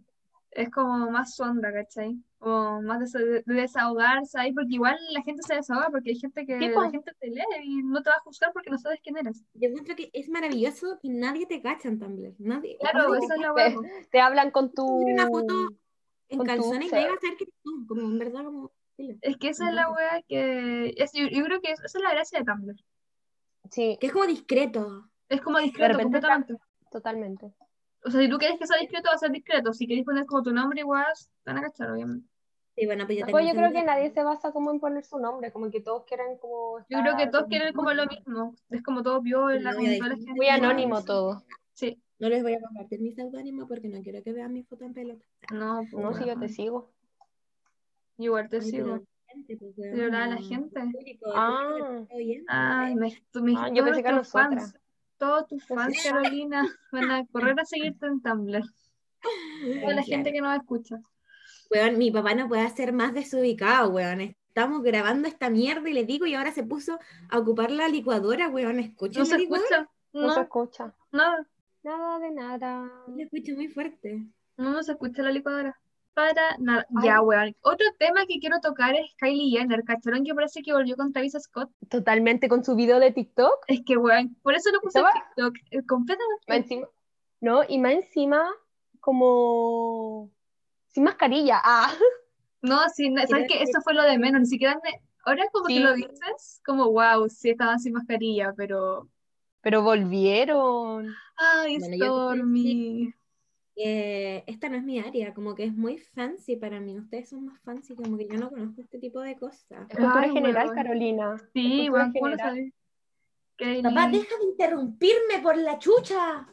Speaker 1: es como más sonda, ¿cachai? Como más des- de, desahogarse ahí, porque igual la gente se desahoga, porque hay gente que
Speaker 3: Sí,
Speaker 1: la
Speaker 3: pues.
Speaker 1: gente te lee y no te va a juzgar porque no sabes quién eres.
Speaker 2: Yo encuentro que es maravilloso y nadie te cacha en Tumblr. Nadie,
Speaker 1: Claro,
Speaker 2: nadie te
Speaker 1: esa es la
Speaker 3: Te,
Speaker 1: weá.
Speaker 3: te hablan con tu.
Speaker 2: subir una foto en
Speaker 3: con tu
Speaker 2: calzones y
Speaker 3: boxer.
Speaker 2: nadie va a saber que eres tú, como en verdad, como... filo.
Speaker 1: Es que esa es la
Speaker 2: Entonces-
Speaker 1: wea que. Es, yo, yo creo que es- esa es la gracia de Tumblr.
Speaker 3: Sí,
Speaker 2: Que es como discreto.
Speaker 1: Es como discreto,
Speaker 3: repente está-
Speaker 1: completamente.
Speaker 3: totalmente.
Speaker 1: O sea, si tú quieres que sea discreto, va a ser discreto. Si quieres poner como tu nombre, igual, te van a cachar, obviamente.
Speaker 2: Sí, bueno, pues yo
Speaker 3: Después yo
Speaker 2: tengo
Speaker 3: creo que
Speaker 2: entendido.
Speaker 3: nadie se basa como en poner su nombre, como que todos quieren como...
Speaker 1: Yo creo que
Speaker 3: estar
Speaker 1: todos quieren como lo mismo. Es como todos vio en la
Speaker 2: No,
Speaker 1: como todas las
Speaker 2: ahí.
Speaker 1: que-
Speaker 3: Muy anónimo todo.
Speaker 1: Sí,
Speaker 2: No les voy a compartir mi seudónimo porque no quiero que vean mi foto en pelota.
Speaker 1: no, pues,
Speaker 3: No, si yo te sigo.
Speaker 1: igual te
Speaker 2: Ay, pero
Speaker 1: sigo.
Speaker 2: la gente, pues,
Speaker 1: Pero la
Speaker 2: weona,
Speaker 1: gente.
Speaker 2: el público, el
Speaker 3: Ah.
Speaker 2: público que está oyendo.
Speaker 1: Ay, me, tú- me-
Speaker 3: Ah, yo
Speaker 1: todos
Speaker 3: pensé que a
Speaker 1: tus fans,
Speaker 3: nosotras.
Speaker 1: todos tus fans, Carolina, van a correr a seguirte en Tumblr. Toda la
Speaker 2: Claro.
Speaker 1: gente que nos escucha.
Speaker 2: Weón, mi papá no puede hacer más desubicado, weón. Estamos grabando esta mierda y le digo, y ahora se puso a ocupar la licuadora, weón. Escucha
Speaker 1: ¿No se
Speaker 2: la licuadora?
Speaker 1: escucha?
Speaker 3: No, se
Speaker 1: No,
Speaker 3: escucha.
Speaker 1: nada.
Speaker 3: Nada de nada.
Speaker 2: La escucho muy fuerte.
Speaker 1: No nos escucha la licuadora. Para nada.
Speaker 3: Ay.
Speaker 1: Ya, weón. Otro tema que quiero tocar es Kylie Jenner. ¿Cacharon que parece que volvió con Travis Scott?
Speaker 3: Totalmente con su video de TikTok.
Speaker 1: Es que, weón, por eso lo puse en TikTok. eh,
Speaker 3: Más
Speaker 1: Completamente.
Speaker 3: encima. No, y más encima, como sin mascarilla. Ah,
Speaker 1: No, sí, no, sabes
Speaker 2: Quiero
Speaker 1: que
Speaker 2: decir-
Speaker 1: eso fue lo de menos. Ni siquiera. me- Ahora, como que
Speaker 3: Sí.
Speaker 1: lo dices, como, wow, sí, estaba sin mascarilla, pero. Pero
Speaker 3: volvieron.
Speaker 1: Ay,
Speaker 2: Bueno, yo te-
Speaker 1: Stormy.
Speaker 2: Eh, esta no es mi área, como que es muy fancy para mí. Ustedes son más fancy, como que yo no conozco este tipo de cosas.
Speaker 3: Es cultura
Speaker 1: Ay,
Speaker 3: general,
Speaker 1: weón.
Speaker 3: Carolina.
Speaker 1: Sí,
Speaker 3: Cultura
Speaker 1: weón, ¿cómo lo
Speaker 3: general.
Speaker 1: sabes? Kylie.
Speaker 2: Papá, deja de interrumpirme por la chucha.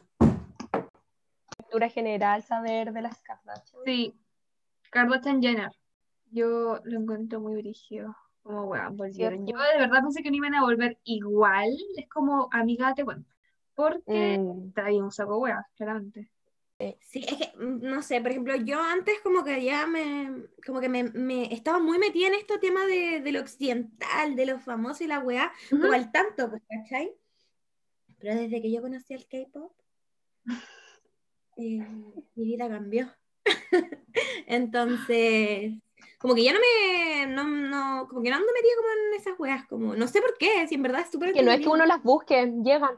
Speaker 3: Cultura general, saber de las Kardashian.
Speaker 1: Sí, Kardashian Jenner. Yo lo encuentro muy brígido. Como, weón, volvieron.
Speaker 3: Cierto.
Speaker 1: Yo de verdad pensé que no iban a volver igual. Es como, amiga, te cuento. Porque
Speaker 3: Mm,
Speaker 1: traía un saco, weón, claramente.
Speaker 2: Sí, es que, mm, no sé, por ejemplo, yo antes como que ya me, como que me, me estaba muy metida en este tema de, de lo occidental, de lo famoso y la weá, como al tanto, pues, ¿cachai? Pero desde que yo conocí al K-pop, eh, mi vida cambió. Entonces, como que ya no me, no, no, como que no ando metida como en esas weas, como, no sé por qué, si en verdad es súper
Speaker 3: Que no es que
Speaker 2: entretenido.
Speaker 3: uno las busque, llegan.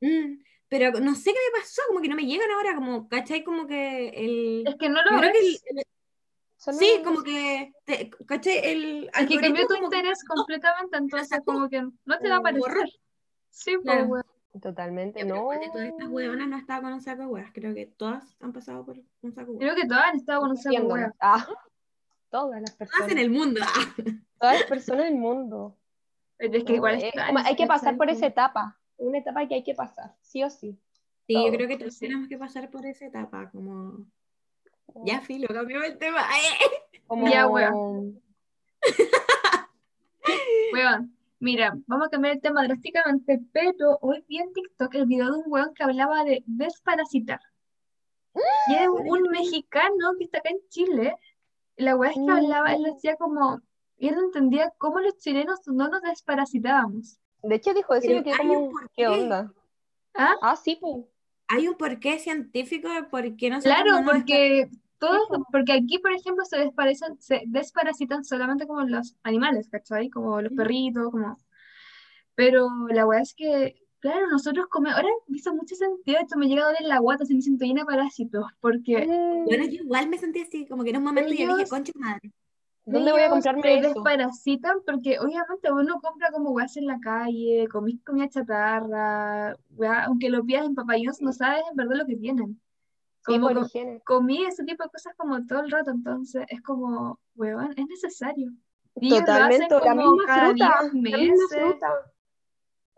Speaker 2: Mm, pero no sé qué me pasó, como que no me llegan ahora, como, ¿cachai? Como que el...
Speaker 1: Es que no
Speaker 2: Yo
Speaker 1: lo
Speaker 2: creo que
Speaker 1: ves.
Speaker 2: el-
Speaker 3: Solo-
Speaker 2: sí, como que, te, ¿cachai? El
Speaker 1: Es que cambió
Speaker 2: algoritmo
Speaker 1: tu
Speaker 2: como que-
Speaker 1: interés completamente, entonces
Speaker 2: sacó.
Speaker 1: como que no te va a
Speaker 2: Lo borró.
Speaker 1: parecer. Sí, pues,
Speaker 2: Claro.
Speaker 1: weón.
Speaker 3: Totalmente,
Speaker 2: Ya, pero
Speaker 3: no.
Speaker 2: de todas estas hueonas no estaba con un saco de hueas, creo que todas han pasado por un saco de hueas.
Speaker 1: Creo que todas han estado con un saco,
Speaker 3: Haciéndolo.
Speaker 1: weón.
Speaker 3: Ah, todas las
Speaker 2: Todas
Speaker 3: personas.
Speaker 2: en el mundo. ah.
Speaker 3: Todas las personas del mundo.
Speaker 1: Pero es que igual
Speaker 3: No, es
Speaker 1: extraño,
Speaker 3: como- hay que pasar
Speaker 1: ¿cachai?
Speaker 3: por esa etapa. Una etapa que hay que pasar, sí o sí.
Speaker 2: Sí, yo
Speaker 3: Todos,
Speaker 2: creo que todos
Speaker 1: sí.
Speaker 2: tenemos que pasar por esa etapa, como... Ya, filo, cambió el tema. ¡Eh!
Speaker 3: Como-
Speaker 1: Ya, Weón, mira, vamos a cambiar el tema drásticamente, pero hoy vi en TikTok el video de un weón que hablaba de desparasitar. Y es un mexicano que está acá en Chile. La weá es que
Speaker 3: Mm.
Speaker 1: hablaba, él decía como, y él no entendía cómo los chilenos no nos desparasitábamos.
Speaker 3: De hecho dijo eso y
Speaker 2: Pero
Speaker 3: yo quedé
Speaker 2: hay
Speaker 3: como,
Speaker 2: un por
Speaker 3: ¿qué
Speaker 2: qué.
Speaker 3: onda?
Speaker 1: ¿Ah?
Speaker 3: sí, pues.
Speaker 2: Hay un porqué científico de por qué nosotros
Speaker 1: Claro,
Speaker 2: no nos
Speaker 1: porque todos,
Speaker 3: po.
Speaker 1: porque aquí, por ejemplo, se desparasitan, se desparasitan solamente como los animales, ¿cachai? Como los
Speaker 2: Ujú.
Speaker 1: perritos, como... Pero la weá es que, claro, nosotros comemos... Ahora me hizo mucho sentido, esto me llega a doler la guata, se me siento llena de parásitos, porque
Speaker 3: Mm,
Speaker 2: Bueno, yo igual me sentí así, como que en un momento yo dije,
Speaker 1: Ellos-
Speaker 2: concha madre.
Speaker 3: ¿Dónde voy a
Speaker 1: ellos se
Speaker 3: comprarme eso?
Speaker 1: desparasitan porque obviamente uno compra como weas en la calle, comís comida chatarra, weá, aunque lo pidas en papayos, no sabes en verdad lo que tienen.
Speaker 3: Sí,
Speaker 1: Como
Speaker 3: por
Speaker 1: com-
Speaker 3: higiene.
Speaker 1: comí ese tipo de cosas como todo el rato, entonces es como, weón, es necesario. Y ellos lo
Speaker 3: Totalmente,
Speaker 1: hacen
Speaker 3: la
Speaker 1: como
Speaker 3: misma
Speaker 1: cada
Speaker 3: fruta, la
Speaker 1: 10
Speaker 3: misma
Speaker 1: meses,
Speaker 3: fruta.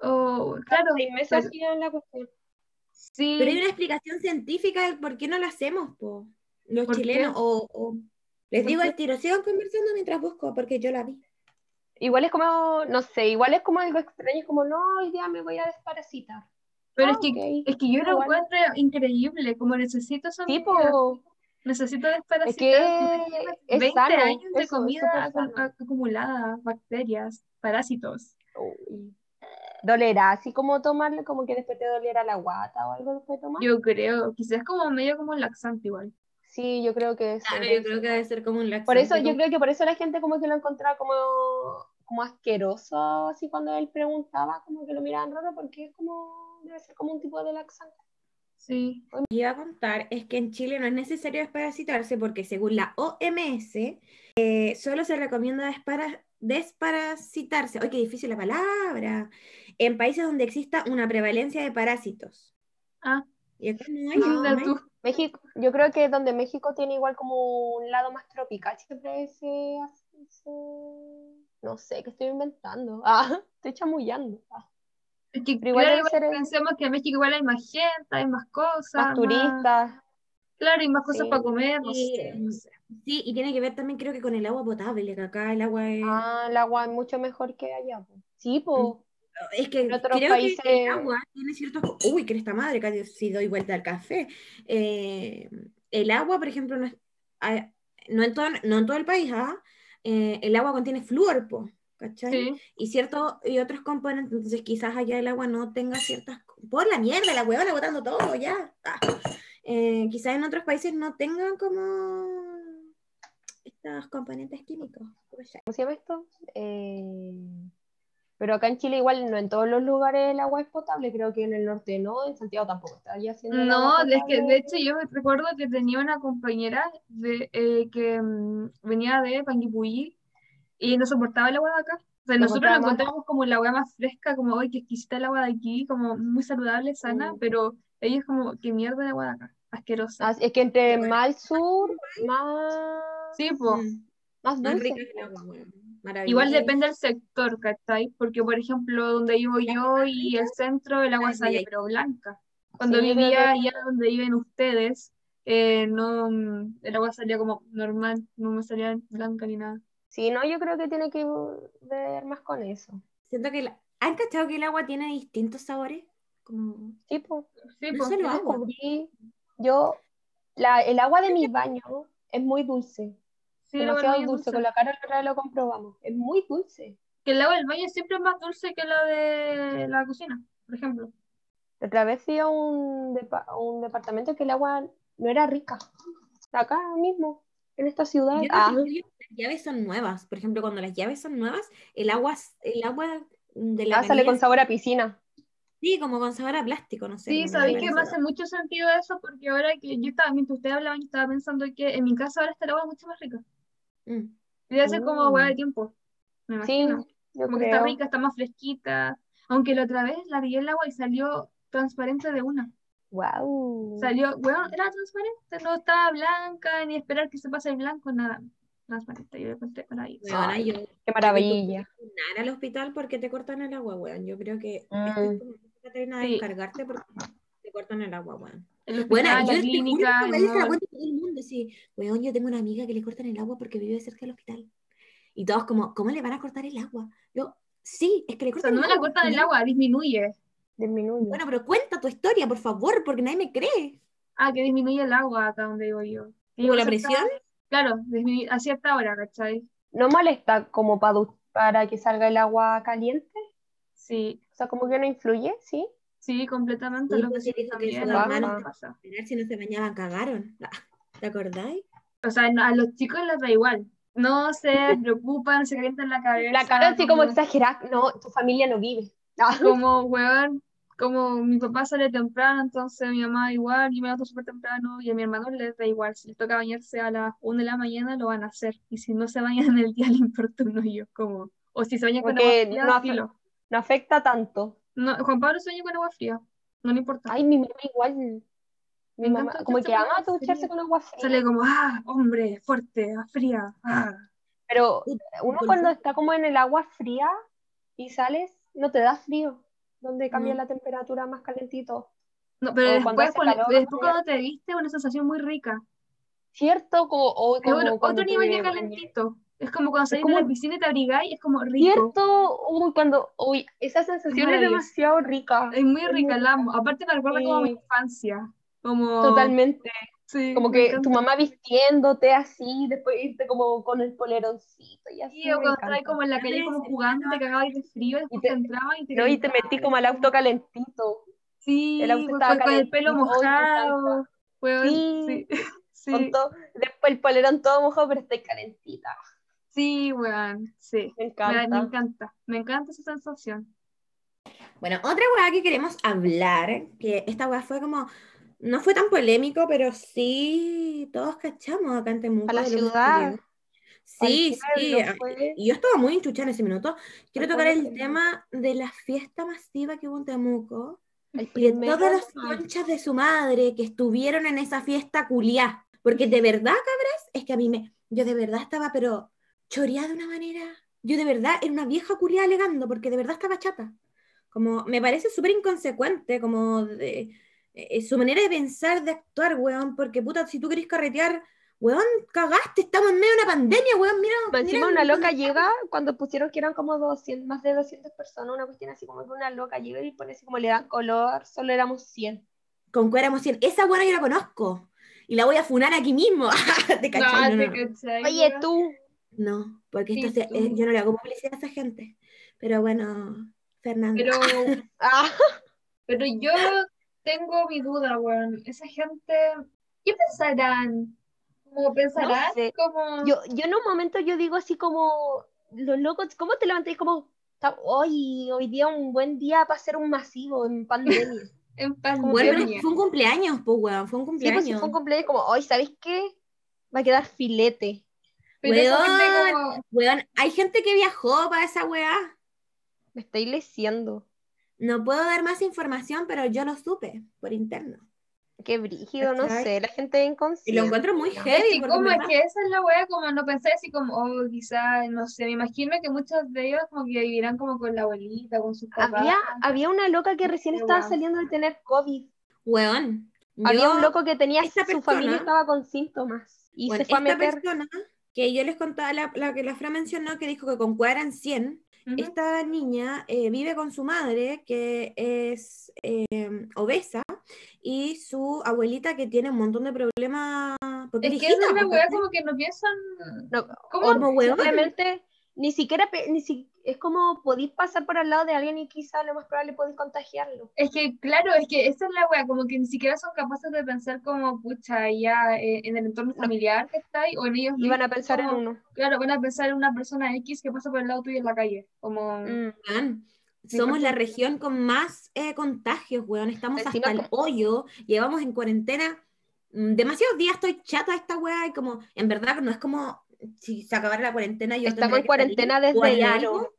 Speaker 1: o, claro,
Speaker 3: Seis meses
Speaker 1: pero-
Speaker 3: hacían la cuestión.
Speaker 1: sí,
Speaker 2: Pero hay una explicación científica del por qué no lo hacemos, po. Los
Speaker 1: ¿Por qué?
Speaker 2: chilenos, o, o- les
Speaker 1: ¿Por
Speaker 2: digo
Speaker 1: qué?
Speaker 2: al tiro, sigan conversando mientras busco, porque yo la vi.
Speaker 3: Igual es como, no sé, igual es como algo extraño, es como, no, hoy día me voy a desparasitar.
Speaker 1: pero
Speaker 3: Ah,
Speaker 1: es que,
Speaker 3: ok.
Speaker 1: es que yo lo
Speaker 3: Igual.
Speaker 1: encuentro increíble, como necesito esa
Speaker 3: Sí,
Speaker 1: medida,
Speaker 3: po.
Speaker 1: necesito
Speaker 3: Es que
Speaker 1: desparasitar
Speaker 3: es
Speaker 1: 20
Speaker 3: sano,
Speaker 1: años de
Speaker 3: eso, es
Speaker 1: comida
Speaker 3: súper sano.
Speaker 1: acu- acumulada, bacterias, parásitos.
Speaker 3: Uy. eh, Dolerá, así como tomarle, como que después te doliera la guata o algo después de tomar.
Speaker 1: Yo creo, quizás como medio como laxante igual.
Speaker 3: Sí, yo creo que eso.
Speaker 2: Claro,
Speaker 3: debe
Speaker 2: yo creo que debe ser como un laxante.
Speaker 3: Por eso, yo
Speaker 2: como-
Speaker 3: creo que por eso la gente como que lo encontraba como, como asqueroso, así cuando él preguntaba, como que lo miraban raro, porque es como, debe ser como un tipo de laxante.
Speaker 1: Sí.
Speaker 2: Lo que iba a contar es que en Chile no es necesario desparasitarse porque según la OMS, eh, solo se recomienda despara- desparasitarse. ¡Ay, qué difícil la palabra! En países donde exista una prevalencia de parásitos.
Speaker 1: Ah.
Speaker 2: Y acá no hay.
Speaker 1: Mira
Speaker 2: no hay.
Speaker 1: tú.
Speaker 3: México, yo creo que donde México tiene igual como un lado más tropical, siempre se hace... se- No sé, que estoy inventando. Ah, estoy chamullando. Ah,
Speaker 1: Es que
Speaker 3: Pero igual
Speaker 1: claro,
Speaker 3: debe ser-
Speaker 1: pensemos que en México igual hay más gente, hay más cosas.
Speaker 3: más turistas.
Speaker 1: Claro, hay más cosas
Speaker 3: Sí.
Speaker 1: para comer, no sé,
Speaker 2: Sí.
Speaker 1: no sé.
Speaker 2: Eh, Sí, y tiene que ver también creo que con el agua potable, que acá el agua es...
Speaker 3: Ah, el agua es mucho mejor que allá. po. Sí,
Speaker 1: Mm.
Speaker 3: pues.
Speaker 2: Es que
Speaker 3: En otros
Speaker 2: creo
Speaker 3: países-
Speaker 2: que el agua tiene ciertos... Uy, que esta madre, casi si doy vuelta al café. Eh, el agua, por ejemplo, no, es- ah, no, en, todo, no en todo el país, ¿ah? Eh, el agua contiene flúor, po, ¿cachai?
Speaker 1: Sí.
Speaker 2: Y cierto, y otros componentes, entonces quizás allá el agua no tenga ciertas... Por la mierda, la huevona botando todo, ya. Ah. Eh, quizás en otros países no tengan como estos componentes químicos. pues ya.
Speaker 3: ¿Cómo se llama esto? Eh, pero acá en Chile igual no en todos los lugares el agua es potable, creo que en el norte no, en Santiago tampoco está ya haciendo el
Speaker 1: No,
Speaker 3: agua
Speaker 1: es que
Speaker 3: potable.
Speaker 1: de hecho yo recuerdo que tenía una compañera de, eh, que mm, venía de Panguipulli y no soportaba el agua de acá. O sea,
Speaker 3: No
Speaker 1: nosotros
Speaker 3: soportaba
Speaker 1: la
Speaker 3: más.
Speaker 1: encontramos como la agua más fresca, como hoy que exquisita el agua de aquí, como muy saludable, sana,
Speaker 3: Mm.
Speaker 1: pero ella es como, qué mierda el agua de acá, asquerosa.
Speaker 3: Ah, es que entre más sur, más,
Speaker 1: Sí, pues, po.
Speaker 2: Mm,
Speaker 3: más
Speaker 2: más
Speaker 3: dulce.
Speaker 2: rica es el agua, weón. Maravilloso.
Speaker 1: Oh, Igual
Speaker 3: Sí.
Speaker 1: depende del sector, ¿cachai? Porque, por ejemplo, donde vivo yo y el centro, el agua
Speaker 2: Ay,
Speaker 1: sale,
Speaker 2: ay.
Speaker 1: pero blanca. Cuando
Speaker 3: Sí, yo creo
Speaker 1: vivía
Speaker 3: que-
Speaker 1: allá donde viven ustedes, eh, no, mm, el agua salía como normal, no me salía blanca ni nada.
Speaker 3: Sí, no, yo creo que tiene que ver más con eso.
Speaker 2: Siento que... la- ¿Han cachado que el agua tiene distintos sabores? Como...
Speaker 3: Sí, po.
Speaker 1: Sí,
Speaker 2: No
Speaker 1: pues,
Speaker 2: solo
Speaker 3: Yo
Speaker 2: agua.
Speaker 3: descubrí, yo, la, el agua de mi baño es muy dulce,
Speaker 1: sí, el agua del
Speaker 3: demasiado
Speaker 1: baño es
Speaker 3: dulce,
Speaker 1: dulce.
Speaker 3: con la cara otra vez lo comprobamos, es muy dulce.
Speaker 1: Que el agua del baño siempre es más dulce que la de la cocina, por ejemplo.
Speaker 3: La Otra vez fui a un, depa- a un departamento que el agua no era rica. Acá mismo, en esta ciudad.
Speaker 2: Yo creo
Speaker 3: Ah,
Speaker 2: que las llaves son nuevas. Por ejemplo, cuando las llaves son nuevas, el agua, el agua de la
Speaker 3: ah, sale
Speaker 2: canilla-
Speaker 3: con sabor a piscina.
Speaker 2: Sí, como con sabor a plástico, no sé.
Speaker 1: Sí,
Speaker 2: como
Speaker 1: sabéis que
Speaker 2: parece.
Speaker 1: me hace mucho sentido eso, porque ahora que yo estaba, mientras ustedes hablaban, yo estaba pensando que en mi casa ahora está el agua mucho más rica.
Speaker 2: Mm.
Speaker 1: Y debe ser como hueá de
Speaker 3: Mm.
Speaker 1: tiempo, me
Speaker 3: Sí,
Speaker 1: imagino.
Speaker 3: yo
Speaker 1: Como que
Speaker 3: creo.
Speaker 1: está rica, está más fresquita. Aunque la otra vez la vi el agua y salió transparente de una.
Speaker 3: Wow.
Speaker 1: Salió, weón, era transparente, no estaba blanca, ni esperar que se pase el blanco, nada. Transparente, yo le conté para ahí. ah,
Speaker 2: Weona,
Speaker 3: Ay,
Speaker 2: yo
Speaker 3: Qué maravilla.
Speaker 2: Nada al hospital porque te cortan el agua, weón. Yo creo que
Speaker 3: Mm.
Speaker 2: esto es como una Catarina de
Speaker 1: Sí.
Speaker 2: encargarte porque te cortan el agua, weón.
Speaker 1: El hospital,
Speaker 2: Bueno, yo
Speaker 1: Ah, la
Speaker 2: te
Speaker 1: clínica,
Speaker 2: juro
Speaker 1: el
Speaker 2: que me dice la
Speaker 1: mall.
Speaker 2: cuenta todo el mundo, sí, weón, yo tengo una amiga que le cortan el agua porque vive cerca del hospital. Y todos como, ¿cómo le van a cortar el agua? Yo, sí, es que le
Speaker 1: O sea,
Speaker 2: cortan
Speaker 1: no
Speaker 2: el
Speaker 1: la
Speaker 2: agua.
Speaker 1: cortan el
Speaker 2: weón".
Speaker 1: agua, disminuye.
Speaker 3: Disminuye.
Speaker 2: Bueno, pero cuenta tu historia, por favor, porque nadie me cree.
Speaker 1: Ah, que disminuye el agua acá donde vivo yo.
Speaker 2: Como
Speaker 1: Y yo
Speaker 2: la
Speaker 1: cerca-
Speaker 2: presión.
Speaker 1: Claro, disminu- a cierta hora, ¿cachai?
Speaker 3: No molesta como para, para que salga el agua caliente.
Speaker 1: Sí,
Speaker 3: O sea, como que no influye, ¿sí.
Speaker 1: sí, completamente.
Speaker 2: Sí,
Speaker 1: lo que
Speaker 2: pues sí,
Speaker 1: sí
Speaker 2: dijo que su
Speaker 1: también, a la
Speaker 3: hermana-
Speaker 1: hermana le pasa.
Speaker 2: Mirar si no se bañaban, cagaron. ¿Te acordáis?
Speaker 1: O sea, no, a los chicos les da igual. No se preocupan, se calientan la cabeza.
Speaker 3: La cara así como
Speaker 1: como-
Speaker 3: exagerada. No, tu familia no vive. Ah,
Speaker 1: como, weón, como mi papá sale temprano, entonces mi mamá igual, yo me levanto súper temprano y a mi hermano le da igual, si le toca bañarse a las 1 de la mañana lo van a hacer, y si no se bañan en el día le importa un hoyo, como, o si se bañan con
Speaker 3: Porque
Speaker 1: agua fría,
Speaker 3: no hace-
Speaker 1: filo.
Speaker 3: no afecta tanto.
Speaker 1: No, Juan Pablo se baña con agua fría, no le importa.
Speaker 3: Ay, mi mamá igual.
Speaker 1: Me
Speaker 3: Mi mamá,
Speaker 1: encanta
Speaker 3: como
Speaker 1: ducharse
Speaker 3: que
Speaker 1: con
Speaker 3: ama
Speaker 1: agua
Speaker 3: ducharse
Speaker 1: fría.
Speaker 3: con agua fría.
Speaker 1: Sale como, ah, hombre, fuerte, ah, fría, ah.
Speaker 3: Pero
Speaker 2: Puta,
Speaker 3: uno
Speaker 2: por
Speaker 3: cuando
Speaker 2: ejemplo.
Speaker 3: está como en el agua fría y sales, no te da frío, donde cambia
Speaker 1: No.
Speaker 3: la temperatura más calentito.
Speaker 1: No, pero
Speaker 3: O cuando
Speaker 1: después,
Speaker 3: hace
Speaker 1: cuando,
Speaker 3: calor,
Speaker 1: después
Speaker 3: ya.
Speaker 1: cuando te viste, una sensación muy rica.
Speaker 3: ¿Cierto? Como, o
Speaker 1: Es
Speaker 3: como
Speaker 1: otro,
Speaker 3: cuando
Speaker 1: otro nivel
Speaker 3: te
Speaker 1: de
Speaker 3: bañas.
Speaker 1: calentito. Es como cuando salís
Speaker 3: como-
Speaker 1: de la piscina y te abrigáis, es como rico.
Speaker 3: ¿Cierto? Uy, cuando, uy, esa sensación es
Speaker 1: maravilloso.
Speaker 3: demasiado rica.
Speaker 1: Es muy
Speaker 3: Es
Speaker 1: rica,
Speaker 3: muy
Speaker 1: la amo. Aparte me recuerda como mi
Speaker 3: Sí.
Speaker 1: infancia. Como,
Speaker 3: Totalmente.
Speaker 1: sí,
Speaker 3: Como
Speaker 1: me
Speaker 3: que
Speaker 1: encanta.
Speaker 3: tu mamá vistiéndote así, después irte como con el poleroncito y así.
Speaker 1: Sí, o
Speaker 3: me
Speaker 1: cuando estabas
Speaker 3: encanta.
Speaker 1: como en la calle como jugando, te cagabas de frío, después
Speaker 3: te-
Speaker 1: te, entrabas y te...
Speaker 3: ¿No? Y te metí como al auto calentito.
Speaker 1: Sí,
Speaker 3: el auto
Speaker 1: pues,
Speaker 3: estaba
Speaker 1: con, con el pelo
Speaker 3: calentito, ay, me
Speaker 1: mojado. weón,
Speaker 3: Sí.
Speaker 1: sí,
Speaker 3: con
Speaker 1: sí,
Speaker 3: todo- después el polerón todo mojado, pero estoy calentita.
Speaker 1: sí, weón, sí.
Speaker 3: Me
Speaker 1: Me, me
Speaker 3: encanta.
Speaker 1: encanta, me encanta esa sensación.
Speaker 2: Bueno, otra weá que queremos hablar, que esta weá fue como, no fue tan polémico, pero sí, todos cachamos acá en Temuco.
Speaker 3: A la
Speaker 2: de lo que
Speaker 3: ciudad,
Speaker 2: sucedió. Sí,
Speaker 3: Al
Speaker 2: sí,
Speaker 3: pueblo
Speaker 2: a-
Speaker 3: fue-
Speaker 2: y yo estaba muy enchuchada en ese minuto. Quiero
Speaker 3: Al
Speaker 2: tocar
Speaker 3: pueblo
Speaker 2: el
Speaker 3: que-
Speaker 2: tema de la fiesta masiva que hubo en Temuco, de
Speaker 3: El primero
Speaker 2: todas las
Speaker 3: de-
Speaker 2: conchas de su madre que estuvieron en esa fiesta culiá. Porque de verdad, cabras, es que a mí me. Yo de verdad estaba, pero choreada de una manera. Yo de verdad era una vieja culiá alegando, porque de verdad estaba chata. Como, me parece súper inconsecuente, como de- eh, su manera de pensar, de actuar, weón. Porque puta, si tú querés carretear, weón, cagaste, estamos en medio de una pandemia, weón. Mira,
Speaker 3: Más Encima
Speaker 2: mira
Speaker 3: una loca
Speaker 2: dónde-
Speaker 3: llega, cuando pusieron que eran como 200, más de 200 personas, una cuestión así como que una loca llega y pone así como le dan color, solo éramos 100.
Speaker 2: Con cuera emoción. Esa buena yo la conozco. Y la voy a funar aquí mismo. ¿Te cachai? No,
Speaker 1: No,
Speaker 2: no, no.
Speaker 1: te Ah, cachai,
Speaker 3: Oye,
Speaker 1: weón.
Speaker 3: tú,
Speaker 2: No, porque
Speaker 1: Sí,
Speaker 2: esto se-
Speaker 1: tú.
Speaker 2: eh, yo no le hago publicidad a esa gente. Pero bueno, Fernando.
Speaker 1: Pero,
Speaker 3: ah,
Speaker 1: pero yo tengo mi duda, weón. Esa gente, ¿qué pensarán? ¿Cómo pensarán?
Speaker 3: sé.
Speaker 1: Como...
Speaker 3: yo, yo en un momento yo digo así como, los locos, ¿cómo te levantáis como, "Ta- hoy, hoy día un buen día para hacer un masivo en pandemia?
Speaker 1: En
Speaker 2: Bueno, pero
Speaker 1: pandemia.
Speaker 2: fue un cumpleaños, pues, weón, fue un
Speaker 3: Sí, pues
Speaker 2: cumpleaños.
Speaker 3: si fue un cumpleaños como, hoy, ¿sabes qué? Va a quedar filete.
Speaker 1: Pero esa gente
Speaker 2: Weón.
Speaker 1: como-
Speaker 2: Weón, hay gente que viajó para esa weá.
Speaker 3: Me estoy leciendo.
Speaker 2: No puedo dar más información, pero yo lo supe por interno.
Speaker 3: Qué brígido, no
Speaker 2: ¿Cachai?
Speaker 3: sé, la gente es
Speaker 2: Y
Speaker 3: inconsciente.
Speaker 2: lo encuentro muy
Speaker 1: Es
Speaker 2: heavy.
Speaker 1: que
Speaker 2: porque
Speaker 1: como
Speaker 2: en
Speaker 1: es
Speaker 2: verdad-
Speaker 1: que esa es la wea, como no pensé así como, oh, quizás, no sé, me imagino que muchos de ellos como que vivirán como con la abuelita, con sus papás.
Speaker 3: Había, había una loca que recién
Speaker 1: Qué
Speaker 3: estaba
Speaker 1: guau.
Speaker 3: saliendo de tener COVID.
Speaker 2: Weón,
Speaker 3: Había
Speaker 2: yo-
Speaker 3: un loco que tenía
Speaker 2: esta
Speaker 3: su
Speaker 2: persona-
Speaker 3: familia estaba con síntomas y
Speaker 2: Bueno,
Speaker 3: se fue a
Speaker 2: esta
Speaker 3: meter.
Speaker 2: persona que yo les contaba, la, la que la Fran mencionó, que dijo que con cuadra en 100,
Speaker 1: Ujú.
Speaker 2: Esta niña eh, vive con su madre, que es eh, obesa, y su abuelita, que tiene un montón de problemas. Porque
Speaker 1: Es
Speaker 2: es pues,
Speaker 1: que esa es
Speaker 2: hijita,
Speaker 1: la
Speaker 2: po,
Speaker 1: wea,
Speaker 2: ¿cachai?
Speaker 1: como que no piensan,
Speaker 3: No,
Speaker 1: ¿cómo?
Speaker 2: Como huevón.
Speaker 3: Simplemente ni siquiera pe- ni si- es como podéis pasar por al lado de alguien y quizá lo más probable podéis contagiarlo.
Speaker 1: Es que, claro, es que esa es la wea, como que ni siquiera son capaces de pensar como, pucha, ya eh, en el entorno familiar que está ahí, o en ellos
Speaker 3: Iban a
Speaker 1: mismos,
Speaker 3: pensar en
Speaker 1: como-
Speaker 3: uno.
Speaker 1: Claro, van a pensar en una persona X que pasa por el lado tuyo en la calle, como...
Speaker 3: Mm.
Speaker 2: Weón, Somos la región con más eh, contagios, weón. Estamos
Speaker 3: Encima
Speaker 2: hasta el
Speaker 3: como-
Speaker 2: hoyo, llevamos en cuarentena mm, demasiados días, estoy chata de esta weá, y como, en verdad, no es como si se acabara la cuarentena. Yo
Speaker 3: Estamos
Speaker 2: tendría
Speaker 3: en
Speaker 2: que
Speaker 3: cuarentena
Speaker 2: salir, o
Speaker 3: desde
Speaker 2: haría
Speaker 3: enero.
Speaker 2: algo,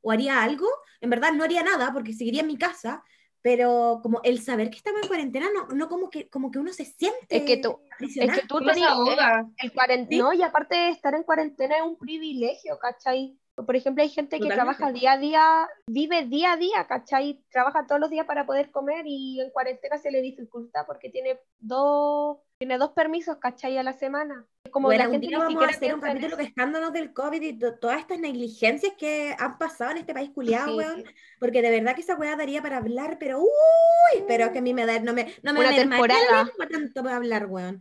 Speaker 2: o haría algo, en verdad no haría nada porque seguiría en mi casa, pero como el saber que estamos en cuarentena, no, no como, que, como que uno se siente
Speaker 3: Es que tú- Es
Speaker 2: aprisionado.
Speaker 3: que tú
Speaker 1: uno se
Speaker 3: tenías eh,
Speaker 1: ahoga.
Speaker 3: el cuaren-
Speaker 2: Sí.
Speaker 3: No, y aparte de estar en cuarentena es un privilegio, ¿cachai? Por ejemplo, hay gente que
Speaker 2: Totalmente.
Speaker 3: trabaja día a día, vive día a día, ¿cachai? Trabaja todos los días para poder comer y en cuarentena se le dificulta porque tiene dos, tiene dos permisos, ¿cachai? A la semana. Es Como
Speaker 2: Bueno,
Speaker 3: la
Speaker 2: un
Speaker 3: gente
Speaker 2: día
Speaker 3: ni
Speaker 2: vamos a
Speaker 3: siquiera
Speaker 2: hacer un
Speaker 3: piensa en
Speaker 2: capítulo
Speaker 3: eso.
Speaker 2: quejándonos del COVID y to- todas estas negligencias que han pasado en este país culiado,
Speaker 3: Sí,
Speaker 2: weón.
Speaker 3: sí.
Speaker 2: Porque de verdad que esa weá daría para hablar, pero uy, pero que a mí me da, no me, no me
Speaker 3: Una
Speaker 2: mermaría
Speaker 3: temporada.
Speaker 2: el alma tanto para hablar, weón.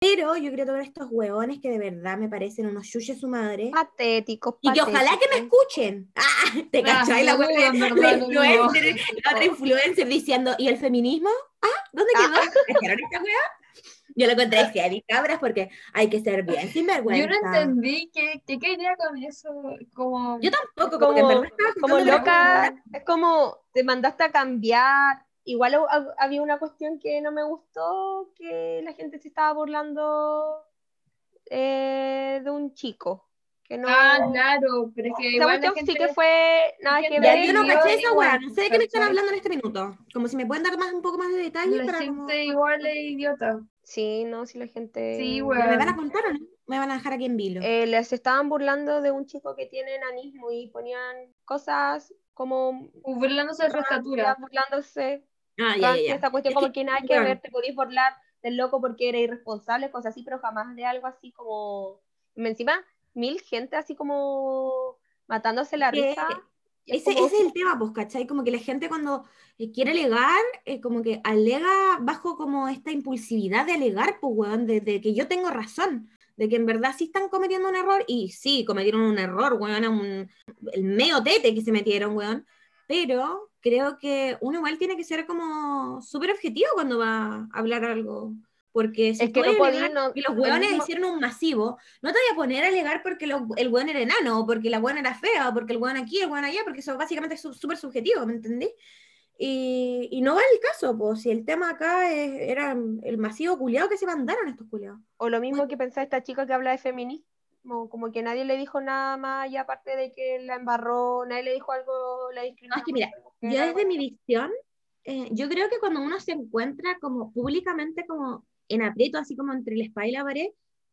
Speaker 2: Pero yo quiero tocar estos weones que de verdad me parecen unos chuches su madre.
Speaker 3: Ah. Patéticos,
Speaker 2: Y que ojalá que me
Speaker 3: patéticos.
Speaker 2: escuchen. Ah,
Speaker 3: eh,
Speaker 2: te cachai la
Speaker 1: Ah,
Speaker 2: weá de-
Speaker 1: en verdad,
Speaker 2: la
Speaker 1: lo dudo.
Speaker 2: influencer, la otra influencer diciendo, ¿y el feminismo? Ah, ¿dónde
Speaker 3: Ah.
Speaker 2: quedó? ¿Cacharon esta weá? Yo lo encontré decía, "Ni cabras, porque hay que ser bien
Speaker 1: Yo
Speaker 2: sinvergüenza.
Speaker 1: no entendí qué, qué quería con eso, como...
Speaker 2: Yo tampoco, como,
Speaker 3: Como-
Speaker 2: que en verdad estaba
Speaker 3: Como
Speaker 2: juntando
Speaker 3: loca, es como te mandaste a cambiar. Igual hab- hab- había una cuestión que no me gustó, que la gente se estaba burlando eh, de un chico. Que no,
Speaker 1: Ah, claro, pero es que
Speaker 3: Esa
Speaker 1: igual la
Speaker 3: cuestión
Speaker 1: gente...
Speaker 3: sí que fue nada que
Speaker 1: gente-
Speaker 2: Ya,
Speaker 3: ver.
Speaker 2: yo no
Speaker 1: Yo
Speaker 2: caché esa
Speaker 1: igual,
Speaker 2: weá, no sé de qué me están
Speaker 1: ¿cachai?
Speaker 2: hablando en este minuto. Como si me pueden dar más, un poco más de detalles
Speaker 1: La
Speaker 2: para
Speaker 1: gente
Speaker 2: como-
Speaker 1: igual es idiota.
Speaker 3: Sí, no, si la gente.
Speaker 1: Sí,
Speaker 2: Pero
Speaker 1: weón.
Speaker 2: ¿Me van a contar o no? ¿Me van a dejar aquí en vilo?
Speaker 3: Eh, les estaban burlando de un chico que tiene enanismo y ponían cosas como.
Speaker 1: Burlándose de su estatura.
Speaker 3: burlándose.
Speaker 2: ah, ya, ya, ya.
Speaker 3: Esta cuestión
Speaker 2: Es
Speaker 3: como
Speaker 2: que-
Speaker 3: que, nada que
Speaker 2: weón.
Speaker 3: ver, te podías burlar del loco porque era irresponsable, cosas así, pero jamás de algo así como. Encima, mil gente así como matándose la
Speaker 2: Que-
Speaker 3: risa. y es
Speaker 2: Ese,
Speaker 3: como-
Speaker 2: ese es el tema, pues, ¿cachai? Como que la gente cuando eh, quiere alegar, eh, como que alega bajo como esta impulsividad de alegar, pues, weón, de, de que yo tengo razón, de que en verdad sí están cometiendo un error, y sí, cometieron un error, weón, a un- el medio tete que se metieron, weón, pero creo que uno igual tiene que ser como súper objetivo cuando va a hablar algo, porque si
Speaker 3: Es
Speaker 2: tú
Speaker 3: que
Speaker 2: vas
Speaker 3: no
Speaker 2: a alegar
Speaker 3: podí, no-
Speaker 2: que los
Speaker 3: lo
Speaker 2: weones
Speaker 3: mismo-
Speaker 2: hicieron un masivo, no te voy a poner a alegar porque lo- el weón era enano, o porque la weón era fea, o porque el weón aquí, el weón allá, porque eso básicamente es su- súper subjetivo, ¿me entendí? Y, y no va el caso, pues si el tema acá es- era el masivo culiado que se mandaron estos culiados.
Speaker 3: O lo mismo que pensaba esta chica que habla de feminismo, como que nadie le dijo nada más y aparte de que la embarró, nadie le dijo algo, la
Speaker 2: No,
Speaker 3: discriminó.
Speaker 2: Ah, es que mira,
Speaker 3: por ser mujer,
Speaker 2: Yo
Speaker 3: algo
Speaker 2: desde mi
Speaker 3: así.
Speaker 2: visión eh, yo creo que cuando uno se encuentra como públicamente como en aprieto, así como entre el spa y la pared,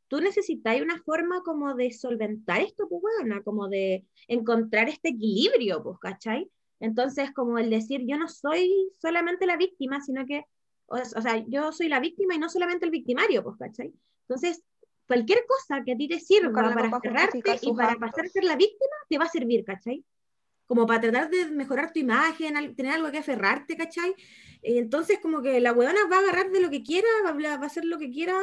Speaker 2: tú necesitas una forma como de solventar esto, pues, bueno, como de encontrar este equilibrio, pues, ¿cachai? Entonces, como el decir, yo no soy solamente la víctima, sino que, o, o sea, yo soy la víctima y no solamente el victimario, pues, ¿cachai? Entonces, cualquier cosa que a ti te sirva para cerrarte y para actos. pasar a ser la víctima, te va a servir, ¿cachai? Como para tratar de mejorar tu imagen, al- tener algo que aferrarte, ¿cachai? Eh, Entonces, como que la huevona va a agarrar de lo que quiera, va a, hablar- va a hacer lo que quiera,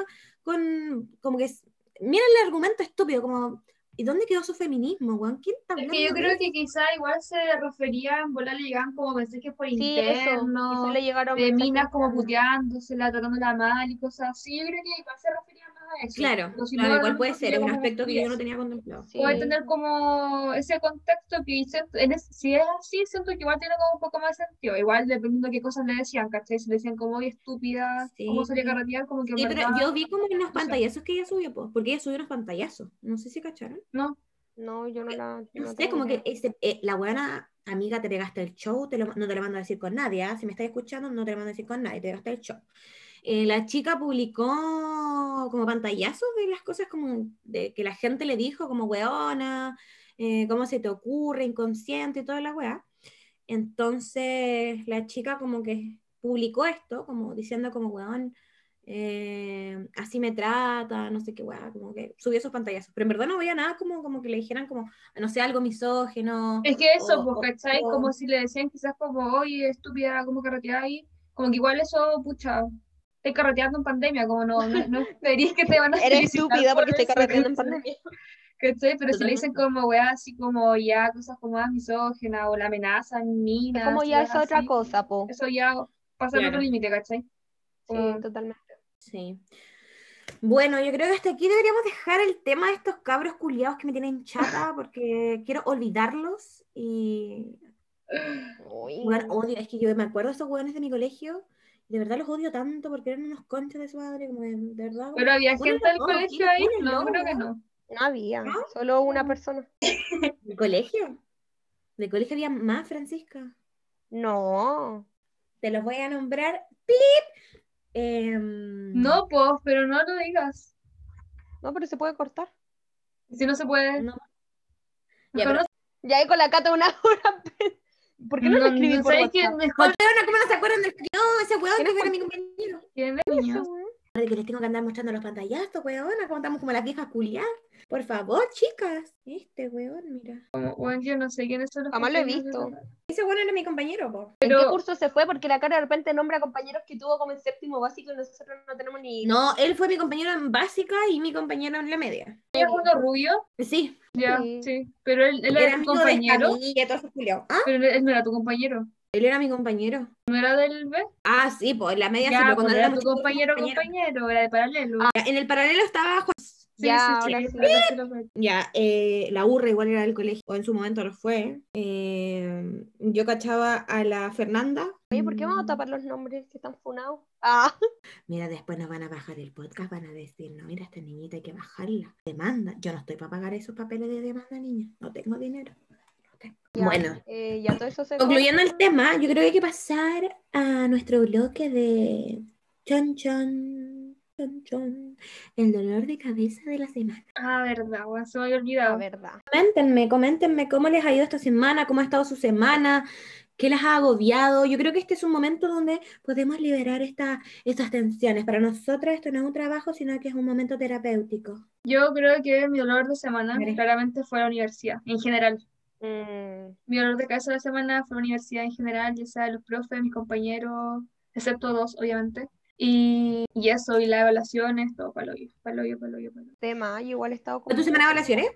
Speaker 2: con, como que, es- mira el argumento estúpido, como, ¿y dónde quedó su feminismo, weón? ¿Quién está
Speaker 1: Es
Speaker 2: hablando
Speaker 1: que yo
Speaker 2: de
Speaker 1: creo
Speaker 2: eso?
Speaker 1: que quizá igual se referían, volar le llegaban como mensajes por
Speaker 3: Sí, eso.
Speaker 1: interno,
Speaker 3: Quizás le llegaron
Speaker 1: de
Speaker 3: mensajes
Speaker 1: minas como
Speaker 3: internos.
Speaker 1: puteándosela, tratándola mal y cosas así. Yo creo que igual se referían más a eso.
Speaker 2: Claro,
Speaker 1: Pero si
Speaker 2: claro,
Speaker 1: no,
Speaker 2: igual puede
Speaker 1: no
Speaker 2: ser,
Speaker 1: sería
Speaker 2: es un
Speaker 1: como
Speaker 2: aspecto que yo no
Speaker 1: eso.
Speaker 2: tenía contemplado.
Speaker 3: Sí.
Speaker 1: Puede tener como ese contexto que dice, en es- si es así, siento que igual tiene como un poco más de sentido. Igual dependiendo de qué cosas le decían, ¿cachai? Si le decían como, oye, estúpida,
Speaker 2: Sí.
Speaker 1: cómo salió a carretear, como que en
Speaker 2: Sí, pero
Speaker 1: verdad,
Speaker 2: yo vi como unos
Speaker 1: no sé.
Speaker 2: pantallazos que ella subió, po, porque ella subió unos pantallazos. No sé si cacharon.
Speaker 1: no.
Speaker 3: No, yo no la.
Speaker 2: No sé,
Speaker 3: tengo
Speaker 2: como
Speaker 3: idea.
Speaker 2: que ese- eh, la buena amiga te pegaste el show, te lo- no te lo mando a decir con nadie. ah, Si me estás escuchando, no te lo mando a decir con nadie, te pegaste el show. Eh, la chica publicó como pantallazos de las cosas como de, que la gente le dijo, como weona, eh, cómo se te ocurre, inconsciente y toda la weá. Entonces la chica como que publicó esto, como diciendo como weón, eh, así me trata, no sé qué weá, como que subió esos pantallazos. Pero en verdad no veía nada como, como que le dijeran como, no sé, algo misógeno.
Speaker 1: Es que
Speaker 3: Oh,
Speaker 1: eso,
Speaker 2: o-
Speaker 1: pues,
Speaker 2: o-
Speaker 1: ¿cachai?
Speaker 2: o-
Speaker 1: Como si le decían quizás como, oye, estúpida, ¿cómo carreteáis? Como que igual eso, pucha, estoy carreteando en pandemia, como no, no, no esperís que te van a
Speaker 3: Eres
Speaker 1: felicitar
Speaker 3: estúpida
Speaker 1: por
Speaker 3: porque estoy
Speaker 1: eso,
Speaker 3: carreteando en
Speaker 1: ¿cachai?
Speaker 3: pandemia.
Speaker 1: ¿Cachai? Pero si le dicen
Speaker 2: Totalmente.
Speaker 1: como, weá, así como ya cosas como más misógenas o la amenazan,
Speaker 3: Es
Speaker 1: minas,
Speaker 3: como ya
Speaker 1: weas
Speaker 3: es otra
Speaker 1: así,
Speaker 3: cosa, po.
Speaker 1: Eso ya pasa al
Speaker 2: Claro.
Speaker 1: otro límite, ¿cachai?
Speaker 3: Sí,
Speaker 1: Como-
Speaker 3: totalmente.
Speaker 2: Sí. Bueno, yo creo que hasta aquí deberíamos dejar el tema de estos cabros culiados que me tienen chata porque quiero olvidarlos y
Speaker 3: Uy.
Speaker 2: Weón, odio, es que yo me acuerdo de esos hueones de mi colegio, y de verdad los odio tanto porque eran unos conchas de su madre, como de, de verdad.
Speaker 1: Pero había
Speaker 2: Ponelo
Speaker 1: gente del
Speaker 2: todo,
Speaker 1: colegio
Speaker 2: quiero,
Speaker 1: ahí,
Speaker 2: ponelo,
Speaker 1: no, creo que
Speaker 2: weón.
Speaker 1: no.
Speaker 3: No había,
Speaker 2: ¿No?
Speaker 3: solo una persona.
Speaker 2: ¿De colegio? ¿De colegio había más, Francisca?
Speaker 3: No.
Speaker 2: Te los voy a nombrar. ¡Pip! Em,
Speaker 1: No, pues, pero no lo digas.
Speaker 3: No, pero se puede cortar.
Speaker 1: Si no se puede.
Speaker 2: no. Ya,
Speaker 1: mejor
Speaker 2: pero-
Speaker 3: Ya ahí con la cata una hora. ¿Por qué no, lo escribí por
Speaker 1: ¿sabes qué?
Speaker 3: WhatsApp?
Speaker 1: Mejor
Speaker 2: Weona, ¿Cómo no se acuerdan del No, ese hueón que era mi compañero.
Speaker 1: que de niños.
Speaker 2: De que les tengo que andar mostrando los pantallazos, hueona, como estamos como las viejas culiadas. Por favor, chicas. Este hueón, mira.
Speaker 1: Bueno, yo no sé quiénes son los
Speaker 3: Jamás lo he
Speaker 1: compañeros de
Speaker 3: visto.
Speaker 1: la-
Speaker 2: Ese hueón era mi compañero, po.
Speaker 3: ¿En qué
Speaker 1: Pero
Speaker 3: curso se fue? Porque la cara de repente nombra compañeros que tuvo como en séptimo básico y nosotros no tenemos ni.
Speaker 2: No, él fue mi compañero en básica y mi compañero en la media.
Speaker 1: ¿es uno rubio?
Speaker 2: Sí,
Speaker 1: Ya,
Speaker 3: Sí.
Speaker 1: sí. Pero él, él
Speaker 2: era,
Speaker 1: era tu
Speaker 2: amigo de
Speaker 1: compañero.
Speaker 2: Camilla, todo eso, Julio. ¿Ah?
Speaker 1: Pero él, él no era tu compañero.
Speaker 2: Él era mi compañero.
Speaker 1: ¿No era del B?
Speaker 2: Ah, sí, pues en la media sí,
Speaker 1: Ya,
Speaker 2: pero
Speaker 1: pues
Speaker 2: cuando
Speaker 1: no era
Speaker 2: éramos
Speaker 1: tu
Speaker 2: chicos,
Speaker 1: compañero,
Speaker 2: compañero.
Speaker 1: compañero, era de paralelo.
Speaker 2: Ya, En el paralelo estaba Juan.
Speaker 1: Sí,
Speaker 3: Ah, ya,
Speaker 1: sí, sí,
Speaker 3: ahora
Speaker 1: sí,
Speaker 3: sí.
Speaker 1: ahora sí lo veo.
Speaker 2: Ya, eh, la Urra igual era del colegio, o en su momento lo fue. Eh, yo cachaba a la Fernanda.
Speaker 3: Oye, ¿por qué
Speaker 2: Mm.
Speaker 3: vamos a tapar los nombres que están funados? Ah,
Speaker 2: Mira, después nos van a bajar el podcast, van a decir, no, mira, esta niñita hay que bajarla. Demanda. Yo no estoy para pagar esos papeles de demanda, niña. No tengo dinero. No tengo.
Speaker 3: Ya.
Speaker 2: Bueno,
Speaker 3: eh, ya todo eso se.
Speaker 2: Concluyendo el
Speaker 3: corta.
Speaker 2: tema, yo creo que hay que pasar a nuestro bloque de chon chon, chon chon, el dolor de cabeza de la semana.
Speaker 1: Ah, verdad, bueno, se me había
Speaker 3: La
Speaker 1: olvidado.
Speaker 3: verdad.
Speaker 2: Coméntenme, coméntenme cómo les ha ido esta semana, cómo ha estado su semana, qué las ha agobiado. Yo creo que este es un momento donde podemos liberar esta, estas tensiones. Para nosotras esto no es un trabajo, sino que es un momento terapéutico.
Speaker 1: Yo creo que mi dolor de semana
Speaker 2: Vale.
Speaker 1: claramente fue la universidad, en general.
Speaker 3: Mm,
Speaker 1: Mi dolor de cabeza de la semana fue la universidad en general, ya sea los profes, mis compañeros, excepto dos, obviamente. Y, y eso, y las evaluaciones, todo para hoyo, para hoyo, para hoyo, pa'l hoyo.
Speaker 3: tema, yo igual he estado
Speaker 2: ¿Fue
Speaker 3: como.
Speaker 2: tu semana de evaluaciones?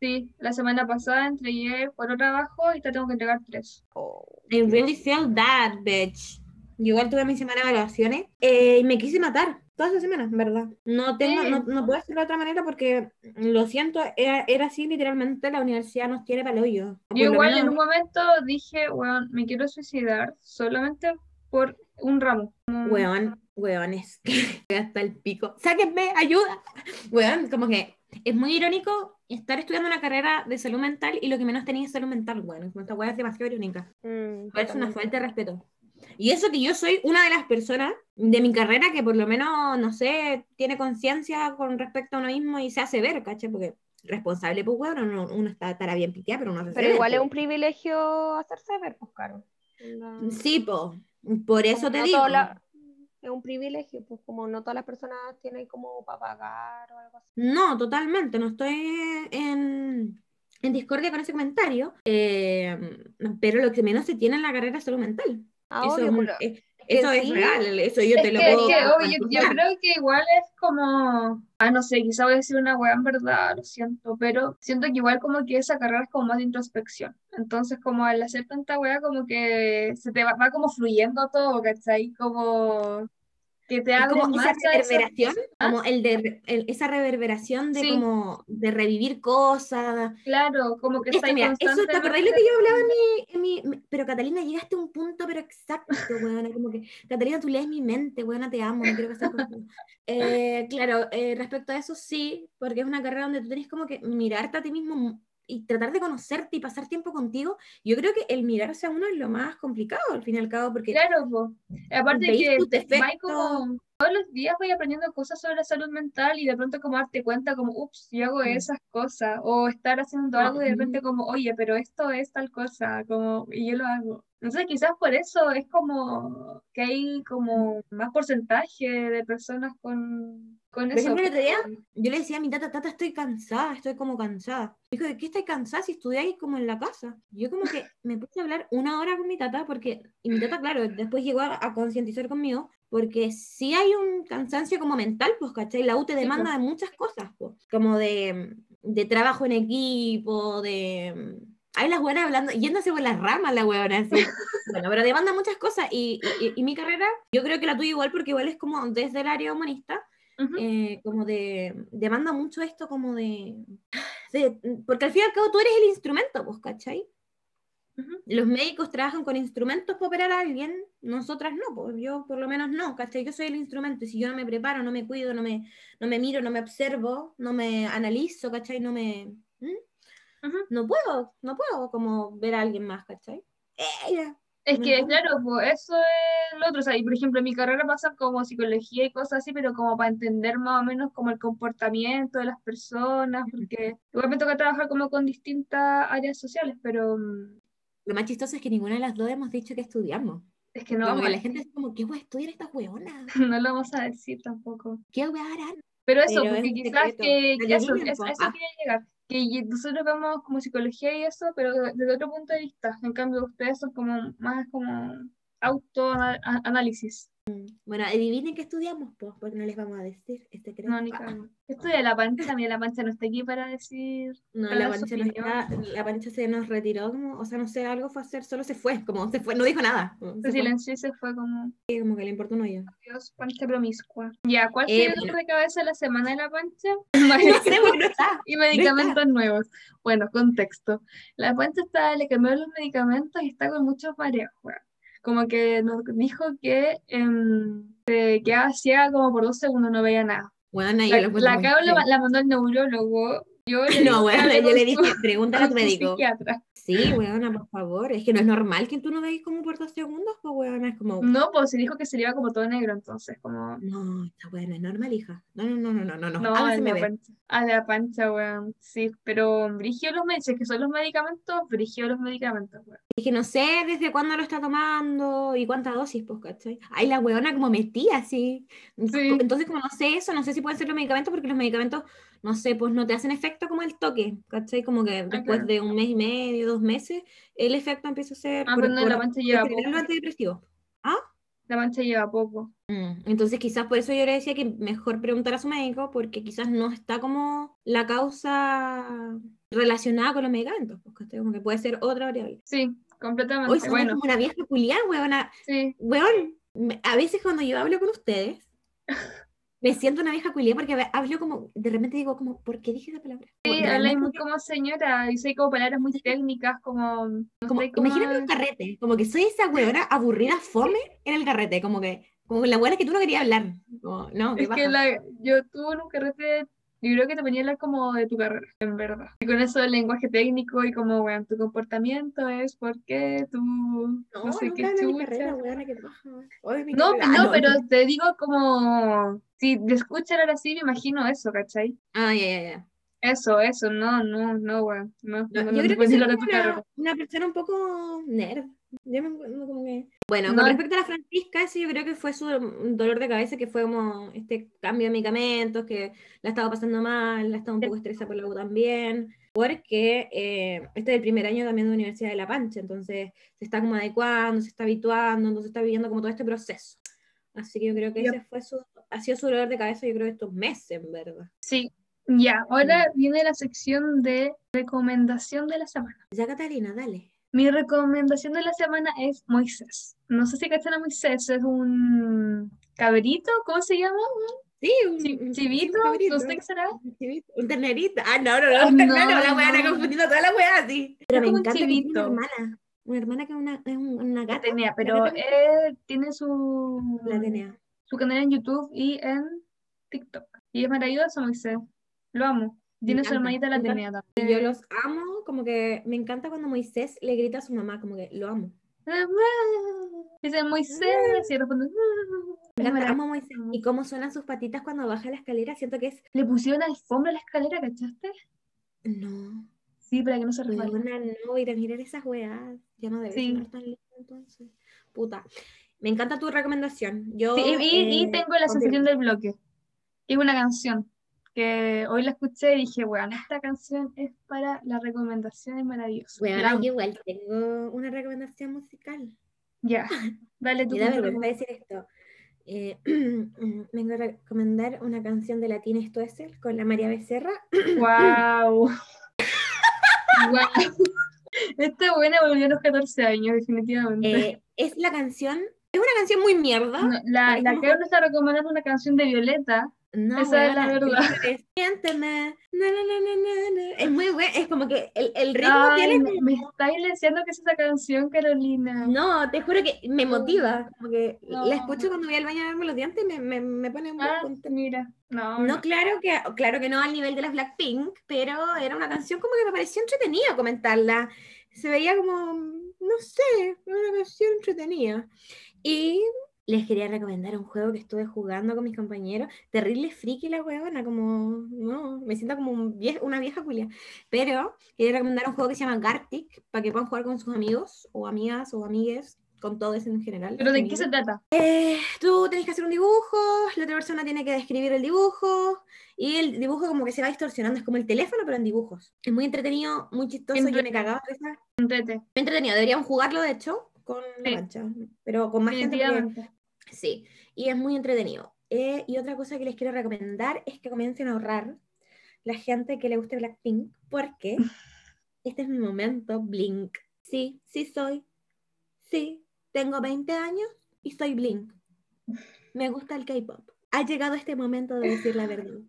Speaker 1: Sí, la semana pasada entregué cuatro trabajos y te tengo que entregar tres.
Speaker 3: Oh,
Speaker 2: I really feel that, bitch. Yo igual tuve mi semana de evaluaciones eh, y me quise matar todas las semanas, en ¿verdad? No tengo,
Speaker 1: Sí.
Speaker 2: no, no puedo hacerlo de otra manera porque, lo siento, era, era así literalmente, la universidad nos tiene para el hoyo. Por
Speaker 1: Yo
Speaker 2: lo
Speaker 1: igual
Speaker 2: menos
Speaker 1: en
Speaker 2: a
Speaker 1: un
Speaker 2: mí.
Speaker 1: momento dije, weón, me quiero suicidar solamente por un ramo.
Speaker 2: Weón, weón, es que estoy hasta el pico. Sáquenme, ayuda. Weón, como que es muy irónico estar estudiando una carrera de salud mental y lo que menos tenía es salud mental, weón. Como Esta weá es demasiado irónica.
Speaker 3: mm,
Speaker 2: Igual Es una
Speaker 3: totalmente.
Speaker 2: falta de respeto. Y eso que yo soy una de las personas de mi carrera que por lo menos, no sé, tiene conciencia con respecto a uno mismo y se hace ver, ¿cachai? Porque responsable, pues, bueno, uno, uno está, estará bien piteado, pero uno se hace
Speaker 3: Pero
Speaker 2: ver,
Speaker 3: igual es
Speaker 2: pues.
Speaker 3: un privilegio hacerse ver, pues, caro. Onda,
Speaker 2: Sí, po. Por eso
Speaker 3: como
Speaker 2: te
Speaker 3: no
Speaker 2: digo.
Speaker 3: todas las- Es un privilegio, pues como no todas las personas tienen como para pagar o algo así.
Speaker 2: No, totalmente, no estoy en, en discordia con ese comentario, eh, pero lo que menos se tiene en la carrera es salud mental.
Speaker 3: Ah,
Speaker 2: eso
Speaker 3: obvio,
Speaker 2: es, un-
Speaker 3: pero-
Speaker 2: eh,
Speaker 3: que
Speaker 2: eso es
Speaker 3: sí.
Speaker 2: real, eso yo te
Speaker 1: Es
Speaker 2: lo
Speaker 1: que, es
Speaker 2: puedo...
Speaker 1: que, obvio, yo
Speaker 2: confirmar.
Speaker 1: creo que igual es como, ah, no sé, quizá voy a decir una weá en verdad, lo siento, pero siento que igual como que esa carrera es como más de introspección. Entonces, como al hacer tanta weá, como que se te va, va como fluyendo todo, ¿cachai? Como que te
Speaker 2: Es
Speaker 1: abres
Speaker 2: como esa
Speaker 1: más a eso.
Speaker 2: reverberación,
Speaker 1: ¿Ah?
Speaker 2: como el de, el- esa reverberación de
Speaker 1: Sí.
Speaker 2: como de revivir cosas.
Speaker 1: Claro, como que
Speaker 2: Esto,
Speaker 1: estáis
Speaker 2: mira, eso, ¿te acordáis lo
Speaker 1: constantemente-
Speaker 2: que yo hablaba en mi, en mi- Pero Catalina, llegaste a un punto, pero exacto, weona, como que, Catalina, tú lees mi mente, weona, te amo, no quiero casar contigo. Eh, claro, eh, respecto a eso sí, porque es una carrera donde tú tenés como que mirarte a ti mismo y tratar de conocerte y pasar tiempo contigo. Yo creo que el mirarse a uno es lo más complicado, al fin y al cabo, porque
Speaker 1: Claro, po. Aparte
Speaker 2: veis
Speaker 1: que
Speaker 2: tus
Speaker 1: vais
Speaker 2: defectos.
Speaker 1: como todos los días voy aprendiendo cosas sobre la salud mental y de pronto como darte cuenta como, ups, yo hago
Speaker 2: Mm.
Speaker 1: esas cosas o estar haciendo
Speaker 2: Ah,
Speaker 1: algo y de repente como, oye, pero esto es tal cosa, como, y yo lo hago. Entonces quizás por eso es como que hay como más porcentaje de personas con, con
Speaker 2: Por
Speaker 1: eso.
Speaker 2: ejemplo, el otro día,
Speaker 1: po.
Speaker 2: yo le decía a mi tata, tata, estoy cansada, estoy como cansada. Dijo, ¿de qué estáis cansada si estudiáis como en la casa? Yo como que me puse a hablar una hora con mi tata, porque, y mi tata, claro, después llegó a, a concientizar conmigo, porque sí hay un cansancio como mental, pues, ¿cachai? La U te
Speaker 1: Sí,
Speaker 2: demanda de muchas cosas, pues, como de, de trabajo en equipo, de... Hay las buenas hablando, yéndose por las ramas la huevona, así. Bueno, pero demanda muchas cosas, y, y- y- y mi carrera, yo creo que la tuya igual, porque igual es como desde el área humanista,
Speaker 1: Ujú.
Speaker 2: eh, como de, demanda mucho esto como de, de- mm, porque al fin y al cabo tú eres el instrumento, pues, ¿cachai? eh,
Speaker 1: Ujú.
Speaker 2: Los médicos trabajan con instrumentos para operar a alguien, nosotras no, pues yo por lo menos no, ¿cachai? Yo soy el instrumento y si yo no me preparo, no me cuido, no me, no me miro, no me observo, no me analizo, ¿cachai? No me... ¿Mm?
Speaker 1: Ujú.
Speaker 2: No puedo, no puedo como ver a alguien más, ¿cachai? Ella.
Speaker 1: Es
Speaker 2: ¿Me
Speaker 1: que,
Speaker 2: entiendes?
Speaker 1: claro, po, eso es lo otro. O sea, y por ejemplo, en mi carrera pasa como psicología y cosas así, pero como para entender más o menos como el comportamiento de las personas, porque igual me toca trabajar como con distintas áreas sociales, pero mm,
Speaker 2: Lo más chistoso es que ninguna de las dos hemos dicho que estudiamos.
Speaker 1: es que no
Speaker 2: como
Speaker 1: vamos
Speaker 2: que
Speaker 1: a-
Speaker 2: la gente es como, ¿qué voy a estudiar estas hueonas?
Speaker 1: no lo vamos a decir tampoco.
Speaker 2: ¿Qué voy a harán?
Speaker 1: Pero eso,
Speaker 2: Pero es
Speaker 1: porque
Speaker 2: un
Speaker 1: quizás
Speaker 2: secreto.
Speaker 1: que,
Speaker 2: No
Speaker 1: que
Speaker 2: le
Speaker 1: eso,
Speaker 2: digan,
Speaker 1: eso,
Speaker 2: po.
Speaker 1: eso
Speaker 2: Ah.
Speaker 1: quería llegar. Que y- nosotros vemos como psicología y eso, pero de- desde otro punto de vista. En cambio, ustedes son como más como autoanálisis.
Speaker 2: Bueno, adivinen qué estudiamos, pues, porque no les vamos a decir este secreto.
Speaker 1: No, ni
Speaker 2: Ah.
Speaker 1: cago. Estudia la pancha, mira, la pancha no está aquí para decir.
Speaker 2: No,
Speaker 1: Cada
Speaker 2: la
Speaker 1: su
Speaker 2: pancha, no
Speaker 1: opinión.
Speaker 2: está- la Pancha se nos retiró, como, o sea, no sé, algo fue a hacer, solo se fue, como se fue, no dijo nada. como,
Speaker 1: Se
Speaker 2: se fue,
Speaker 1: silenció y se fue como,
Speaker 2: como que le importó un hoyo.
Speaker 1: Dios, pancha promiscua. Ya, ¿cuál
Speaker 2: Eh,
Speaker 1: fue el dolor
Speaker 2: bueno.
Speaker 1: de cabeza de la semana de la pancha?
Speaker 2: No sé, porque no está.
Speaker 1: y medicamentos nuevos. Bueno, contexto. La pancha está, le cambió los medicamentos y está con muchos mareos, weón. Como que nos dijo que em, se quedaba ciega como por dos segundos, no veía nada.
Speaker 2: Bueno, yo
Speaker 1: La,
Speaker 2: lo encuentro
Speaker 1: la
Speaker 2: muy
Speaker 1: Caro la,
Speaker 2: feo.
Speaker 1: la mandó al neurólogo. Yo le dije,
Speaker 2: No, bueno,
Speaker 1: "Hable
Speaker 2: yo le
Speaker 1: con su-
Speaker 2: dije, pregúntale a tu
Speaker 1: con su
Speaker 2: médico.
Speaker 1: psiquiatra.
Speaker 2: Sí, weona, por favor, es que no es normal que tú no veas como por dos segundos, pues, weona, es como,
Speaker 1: No, pues se dijo que se le iba como todo negro, entonces, como.
Speaker 2: no, está bueno, es normal, hija. No, no, no, no, no, no,
Speaker 1: No, a
Speaker 2: hágase Ah,
Speaker 1: la
Speaker 2: me ver.
Speaker 1: pancha, a la pancha, weón. Sí, pero brigio los medicamentos, que son los medicamentos, brigio los medicamentos, weón.
Speaker 2: Es que no sé desde cuándo lo está tomando y cuántas dosis, pues, ¿cachai? Ahí la huevona como metía así.
Speaker 1: Sí.
Speaker 2: Entonces, como no sé eso, no sé si pueden ser los medicamentos, porque los medicamentos, no sé, pues no te hacen efecto como el toque, ¿cachai? Como que después
Speaker 1: Ah, claro.
Speaker 2: de un mes y medio, dos meses, el efecto empieza a ser
Speaker 1: Ah, pero no, la mancha lleva
Speaker 2: general,
Speaker 1: poco.
Speaker 2: los antidepresivos.
Speaker 1: La mancha lleva poco.
Speaker 2: Mm, Entonces, quizás por eso yo le decía que mejor preguntar a su médico, porque quizás no está como la causa relacionada con los medicamentos, pues, ¿cachai? Como que puede ser otra variable.
Speaker 1: Sí, completamente.
Speaker 2: Hoy somos
Speaker 1: Ah, bueno,
Speaker 2: como una vieja culiada, huevona.
Speaker 1: sí.
Speaker 2: Weón, me- a veces cuando yo hablo con ustedes, me siento una vieja culia porque a ve- hablo como, de repente digo como, ¿por qué dije esa palabra? Como,
Speaker 1: Sí,
Speaker 2: de la
Speaker 1: habláis
Speaker 2: nada,
Speaker 1: muy como señora, y soy como palabras muy técnicas, como. No
Speaker 2: como-
Speaker 1: sé, como.
Speaker 2: imagínate un carrete, como que soy esa weona aburrida fome en el carrete, como que, como la weona que tú no querías hablar. Como, no, que
Speaker 1: Es que
Speaker 2: baja.
Speaker 1: la, yo tuve un carrete Yo creo que te ponía a hablar como de tu carrera, en verdad. Y con eso el lenguaje técnico y como, bueno, tu comportamiento es porque tú, no,
Speaker 2: No,
Speaker 1: sé
Speaker 2: nunca
Speaker 1: qué
Speaker 2: de mi
Speaker 1: chucha.
Speaker 2: carrera, weona, qué paja. O de mi
Speaker 1: No,
Speaker 2: carrera. Ah,
Speaker 1: no, pero te digo como, si te escuchan ahora sí, me imagino eso, ¿cachai?
Speaker 2: Ah, ya, ya, ya.
Speaker 1: Eso, eso, no, no, no, weón. No, no,
Speaker 2: No,
Speaker 1: no
Speaker 2: yo
Speaker 1: te
Speaker 2: creo que
Speaker 1: puedes
Speaker 2: soy
Speaker 1: hablar de
Speaker 2: como
Speaker 1: tu
Speaker 2: una,
Speaker 1: carrera.
Speaker 2: una persona un poco nerd. Yo me encuentro como que- Bueno,
Speaker 1: No.
Speaker 2: con respecto a la Francisca, eso yo creo que fue su mm, dolor de cabeza, que fue como este cambio de medicamentos, que la estaba pasando mal, la estaba un poco estresada por la U también, porque eh, este es el primer año también de Universidad de La Pancha, entonces se está como adecuando, se está habituando, entonces está viviendo como todo este proceso. Así que yo creo que
Speaker 1: Yep.
Speaker 2: ese fue su, ha sido su dolor de cabeza, yo creo, estos meses, en verdad.
Speaker 1: Sí, ya, ahora viene la sección de recomendación de la semana.
Speaker 2: Ya, Catalina, dale.
Speaker 1: Mi recomendación de la semana es Moisés. No sé si cachan a Moisés, es un cabrito, ¿cómo se llama?
Speaker 2: Sí, un,
Speaker 1: Chi-
Speaker 2: un-
Speaker 1: Chivito,
Speaker 2: un cabrito.
Speaker 1: no sé qué será.
Speaker 2: Un ternerito. Ah, no, no, no,
Speaker 1: Ah,
Speaker 2: un ternero.
Speaker 1: no,
Speaker 2: la weá
Speaker 1: no.
Speaker 2: está confundiendo toda la weá así. Pero
Speaker 1: me
Speaker 2: me
Speaker 1: encanta
Speaker 2: encanta
Speaker 1: que tiene una
Speaker 2: una hermana. Una hermana que es una, es un- una
Speaker 1: La
Speaker 2: gata.
Speaker 1: Tenea, pero él tiene su,
Speaker 2: La tenía.
Speaker 1: su canal en YouTube y en TikTok. Y es maravilloso, Moisés. Lo amo. Tiene su
Speaker 2: encanta.
Speaker 1: hermanita la
Speaker 2: Me
Speaker 1: Tenea también.
Speaker 2: Yo los amo, como que me encanta cuando Moisés le grita a su mamá, como que lo amo.
Speaker 1: Dice Moisés y responde. "Mm".
Speaker 2: Me
Speaker 1: Es
Speaker 2: encanta,
Speaker 1: maravilloso.
Speaker 2: amo a Moisés. Y cómo suenan sus patitas cuando baja la escalera, siento que es.
Speaker 1: Le pusieron alfombra a la escalera, ¿cachaste?
Speaker 2: No,
Speaker 1: Sí, para que no se resbale.
Speaker 2: weona, no, ir a mirar esas weas. Ya no debe
Speaker 1: Sí.
Speaker 2: sonar tan lindo entonces. Puta. Me encanta tu recomendación. Yo,
Speaker 1: Sí, y, y- y
Speaker 2: eh,
Speaker 1: tengo la
Speaker 2: confirmo.
Speaker 1: sensación del bloque. Es una canción que hoy la escuché y dije, weón, esta canción es para la recomendación, es maravillosa. La
Speaker 2: Bueno,
Speaker 1: amo.
Speaker 2: yo igual tengo una recomendación musical.
Speaker 1: Ya, dale tú.
Speaker 2: Me da
Speaker 1: con tu
Speaker 2: vergüenza decir esto. Eh, vengo a recomendar una canción de Latín Stoessel con la María Becerra.
Speaker 1: Wow. wow. Este buena volvió a los 14 años, definitivamente.
Speaker 2: Eh, es la canción, es una canción muy mierda.
Speaker 1: No, la la que ahora está recomendando una canción de Violeta.
Speaker 2: No,
Speaker 1: esa es la
Speaker 2: weona,
Speaker 1: verdad.
Speaker 2: es- Siénteme, na, na, na, na, na, na. Es muy buena, es como que el, el ritmo
Speaker 1: Ay,
Speaker 2: tiene.
Speaker 1: me, me estáis diciendo que es esa canción, Carolina.
Speaker 2: No, te juro que me motiva. Como que
Speaker 1: No.
Speaker 2: la escucho cuando voy al baño a darme los dientes y me, me, me pone muy
Speaker 1: Ah,
Speaker 2: contenta.
Speaker 1: mira. No,
Speaker 2: No,
Speaker 1: no.
Speaker 2: claro que, claro que no al nivel de las Blackpink, pero era una canción como que me pareció entretenida comentarla. Se veía como, no sé, era una canción entretenida. Y les quería recomendar un juego que estuve jugando con mis compañeros. Terrible friki la huevona, como, no, me siento como un vie- una vieja culia. Pero quería recomendar un juego que se llama Gartic, para que puedan jugar con sus amigos, o amigas, o amigues, con todos en general.
Speaker 1: Pero ¿de qué
Speaker 2: amigos.
Speaker 1: se trata?
Speaker 2: Eh, tú tenés que hacer un dibujo, la otra persona tiene que describir el dibujo y el dibujo como que se va distorsionando, es como el teléfono pero en dibujos. Es muy entretenido, muy chistoso, yo me
Speaker 1: Entrete.
Speaker 2: cagaba de risa.
Speaker 1: Entrete.
Speaker 2: Muy entretenido, deberíamos jugarlo de hecho con la
Speaker 1: Sí.
Speaker 2: mancha, pero con más gente porque-
Speaker 1: Definitivamente.
Speaker 2: Sí, y es muy entretenido. Eh, y otra cosa que les quiero recomendar es que comiencen a ahorrar la gente que le guste Blackpink, porque este es mi momento Blink. Sí, sí soy. Sí, tengo 20 años y soy Blink. Me gusta el K-pop. Ha llegado este momento de decir la verdad.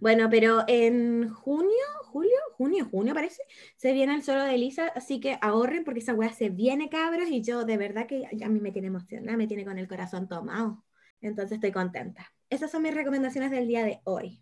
Speaker 2: Bueno, pero en junio, julio, junio, junio parece, se viene el solo de Lisa, así que ahorren porque esa weá se viene, cabros, y yo de verdad que ya a mí me tiene emocionada, me tiene con el corazón tomado. Entonces estoy contenta. Esas son mis recomendaciones del día de hoy.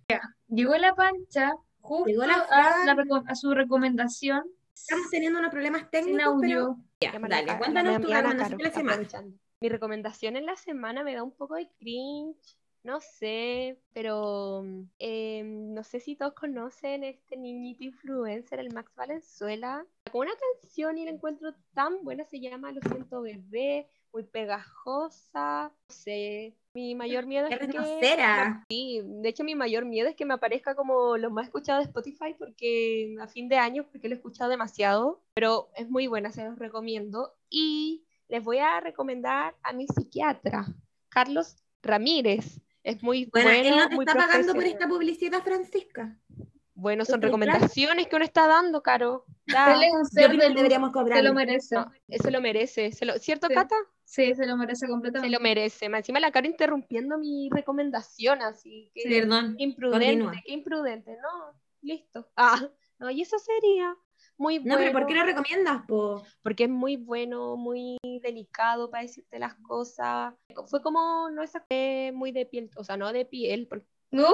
Speaker 1: Llegó la pancha justo
Speaker 2: Llegó la
Speaker 1: a, la
Speaker 2: Fran.
Speaker 1: reco- a su recomendación
Speaker 2: Estamos teniendo unos problemas
Speaker 1: sin
Speaker 2: técnicos, pero
Speaker 1: audio.
Speaker 2: ya,
Speaker 3: Llámale a-
Speaker 2: dale,
Speaker 3: a
Speaker 2: cuéntanos
Speaker 3: mi
Speaker 2: tu
Speaker 3: amiga
Speaker 2: recomendación de
Speaker 3: Caro,
Speaker 2: la semana.
Speaker 3: aprovechando. Mi recomendación en la semana me da un poco de cringe, no sé, pero eh, no sé si todos conocen este niñito influencer, el Max Valenzuela. Sacó una canción y la encuentro tan buena, se llama Lo siento bebé, muy pegajosa, no sé. Mi mayor miedo es
Speaker 2: Qué
Speaker 3: que...
Speaker 2: retrocera.
Speaker 3: Sí, de hecho mi mayor miedo es que me aparezca como lo más escuchado de Spotify porque a fin de año, porque lo he escuchado demasiado, pero es muy buena, se los recomiendo. Y les voy a recomendar a mi psiquiatra, Carlos Ramírez. Es muy
Speaker 2: Bueno,
Speaker 3: bueno,
Speaker 2: él no te
Speaker 3: muy
Speaker 2: está pagando por
Speaker 3: profesional.
Speaker 2: esta publicidad, Francisca.
Speaker 3: Bueno,
Speaker 2: ¿Tú
Speaker 3: son
Speaker 2: te estás-
Speaker 3: recomendaciones que uno está dando, Caro. Da,
Speaker 1: Él es un
Speaker 2: Yo
Speaker 1: ser
Speaker 2: creo
Speaker 1: de
Speaker 2: que
Speaker 1: luz,
Speaker 2: deberíamos
Speaker 1: se lo
Speaker 2: cobrar.
Speaker 1: merece.
Speaker 3: no, se lo merece. se lo- ¿Cierto,
Speaker 1: Sí.
Speaker 3: Cata?
Speaker 1: Sí, se lo merece
Speaker 3: Se lo
Speaker 1: completamente.
Speaker 3: merece. Más Encima la Caro interrumpiendo mi recomendación, así que...
Speaker 2: Perdón.
Speaker 3: Qué imprudente,
Speaker 2: Continúa.
Speaker 3: qué imprudente, no, listo. Ah, no, y eso sería muy
Speaker 2: No,
Speaker 3: bueno.
Speaker 2: pero ¿por qué lo recomiendas, po?
Speaker 3: Porque es muy bueno, muy delicado para decirte las cosas. Fue como, no es eh, muy de piel, o sea, no de piel, por-
Speaker 1: No,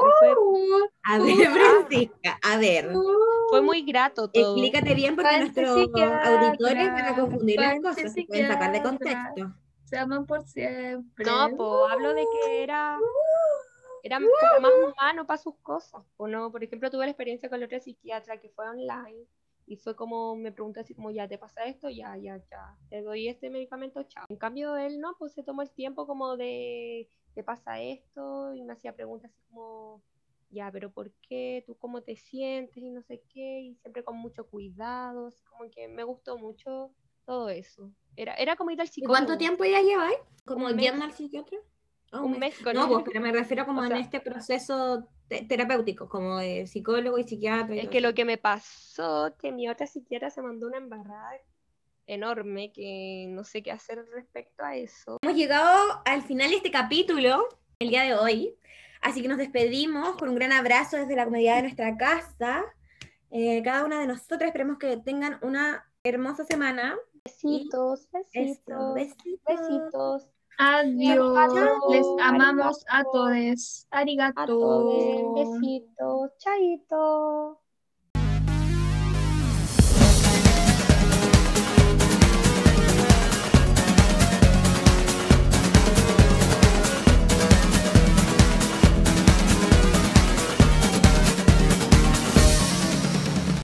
Speaker 2: A
Speaker 3: ah.
Speaker 2: ver, Francisca, a ver.
Speaker 1: no.
Speaker 3: Fue muy grato todo.
Speaker 2: Explícate bien porque
Speaker 1: Fuente
Speaker 2: nuestros
Speaker 1: psiquiatra,
Speaker 2: auditores van a confundir las
Speaker 1: fuente
Speaker 2: cosas, se pueden sacar de
Speaker 1: psiquiatra.
Speaker 2: contexto.
Speaker 1: Se aman por siempre.
Speaker 3: No, po, hablo de que era,
Speaker 2: ¡Uh!
Speaker 3: era como más humano para sus cosas. O no, por ejemplo, tuve la experiencia con la otra psiquiatra que fue online y fue como, me preguntó así como, ya, ¿te pasa esto? Ya, ya, ya. Te doy este medicamento, chao. En cambio, él no, pues se tomó el tiempo como de, ¿te pasa esto? Y me hacía preguntas así como, ya, pero ¿por qué? ¿Tú cómo te sientes? Y no sé qué. Y siempre con mucho cuidado. así como que me gustó mucho todo eso. Era, era como ir al
Speaker 2: ¿Y
Speaker 3: psicólogo.
Speaker 2: cuánto tiempo ya lleváis? ¿Como
Speaker 3: Un mes.
Speaker 2: yendo al psiquiatra? Ah,
Speaker 3: Un mes con
Speaker 2: No,
Speaker 3: él.
Speaker 2: pues, pero me refiero como
Speaker 3: O
Speaker 2: en
Speaker 3: sea-
Speaker 2: este proceso te- terapéutico, como de psicólogo y psiquiatra. y
Speaker 3: Es
Speaker 2: todo
Speaker 3: que
Speaker 2: eso.
Speaker 3: lo que me pasó, que mi otra psiquiatra se mandó una embarrada enorme que no sé qué hacer respecto a eso.
Speaker 2: Hemos llegado al final de este capítulo, el día de hoy. Así que nos despedimos con un gran abrazo desde la comodidad de nuestra casa. Eh, cada una de nosotras esperemos que tengan una hermosa semana.
Speaker 3: Besitos,
Speaker 2: Eso,
Speaker 3: besitos,
Speaker 2: besitos.
Speaker 3: besitos.
Speaker 1: Adiós.
Speaker 3: Chao.
Speaker 1: Les amamos a
Speaker 3: Arigato.
Speaker 1: todos. Arigato.
Speaker 3: A todos, besitos, chaito.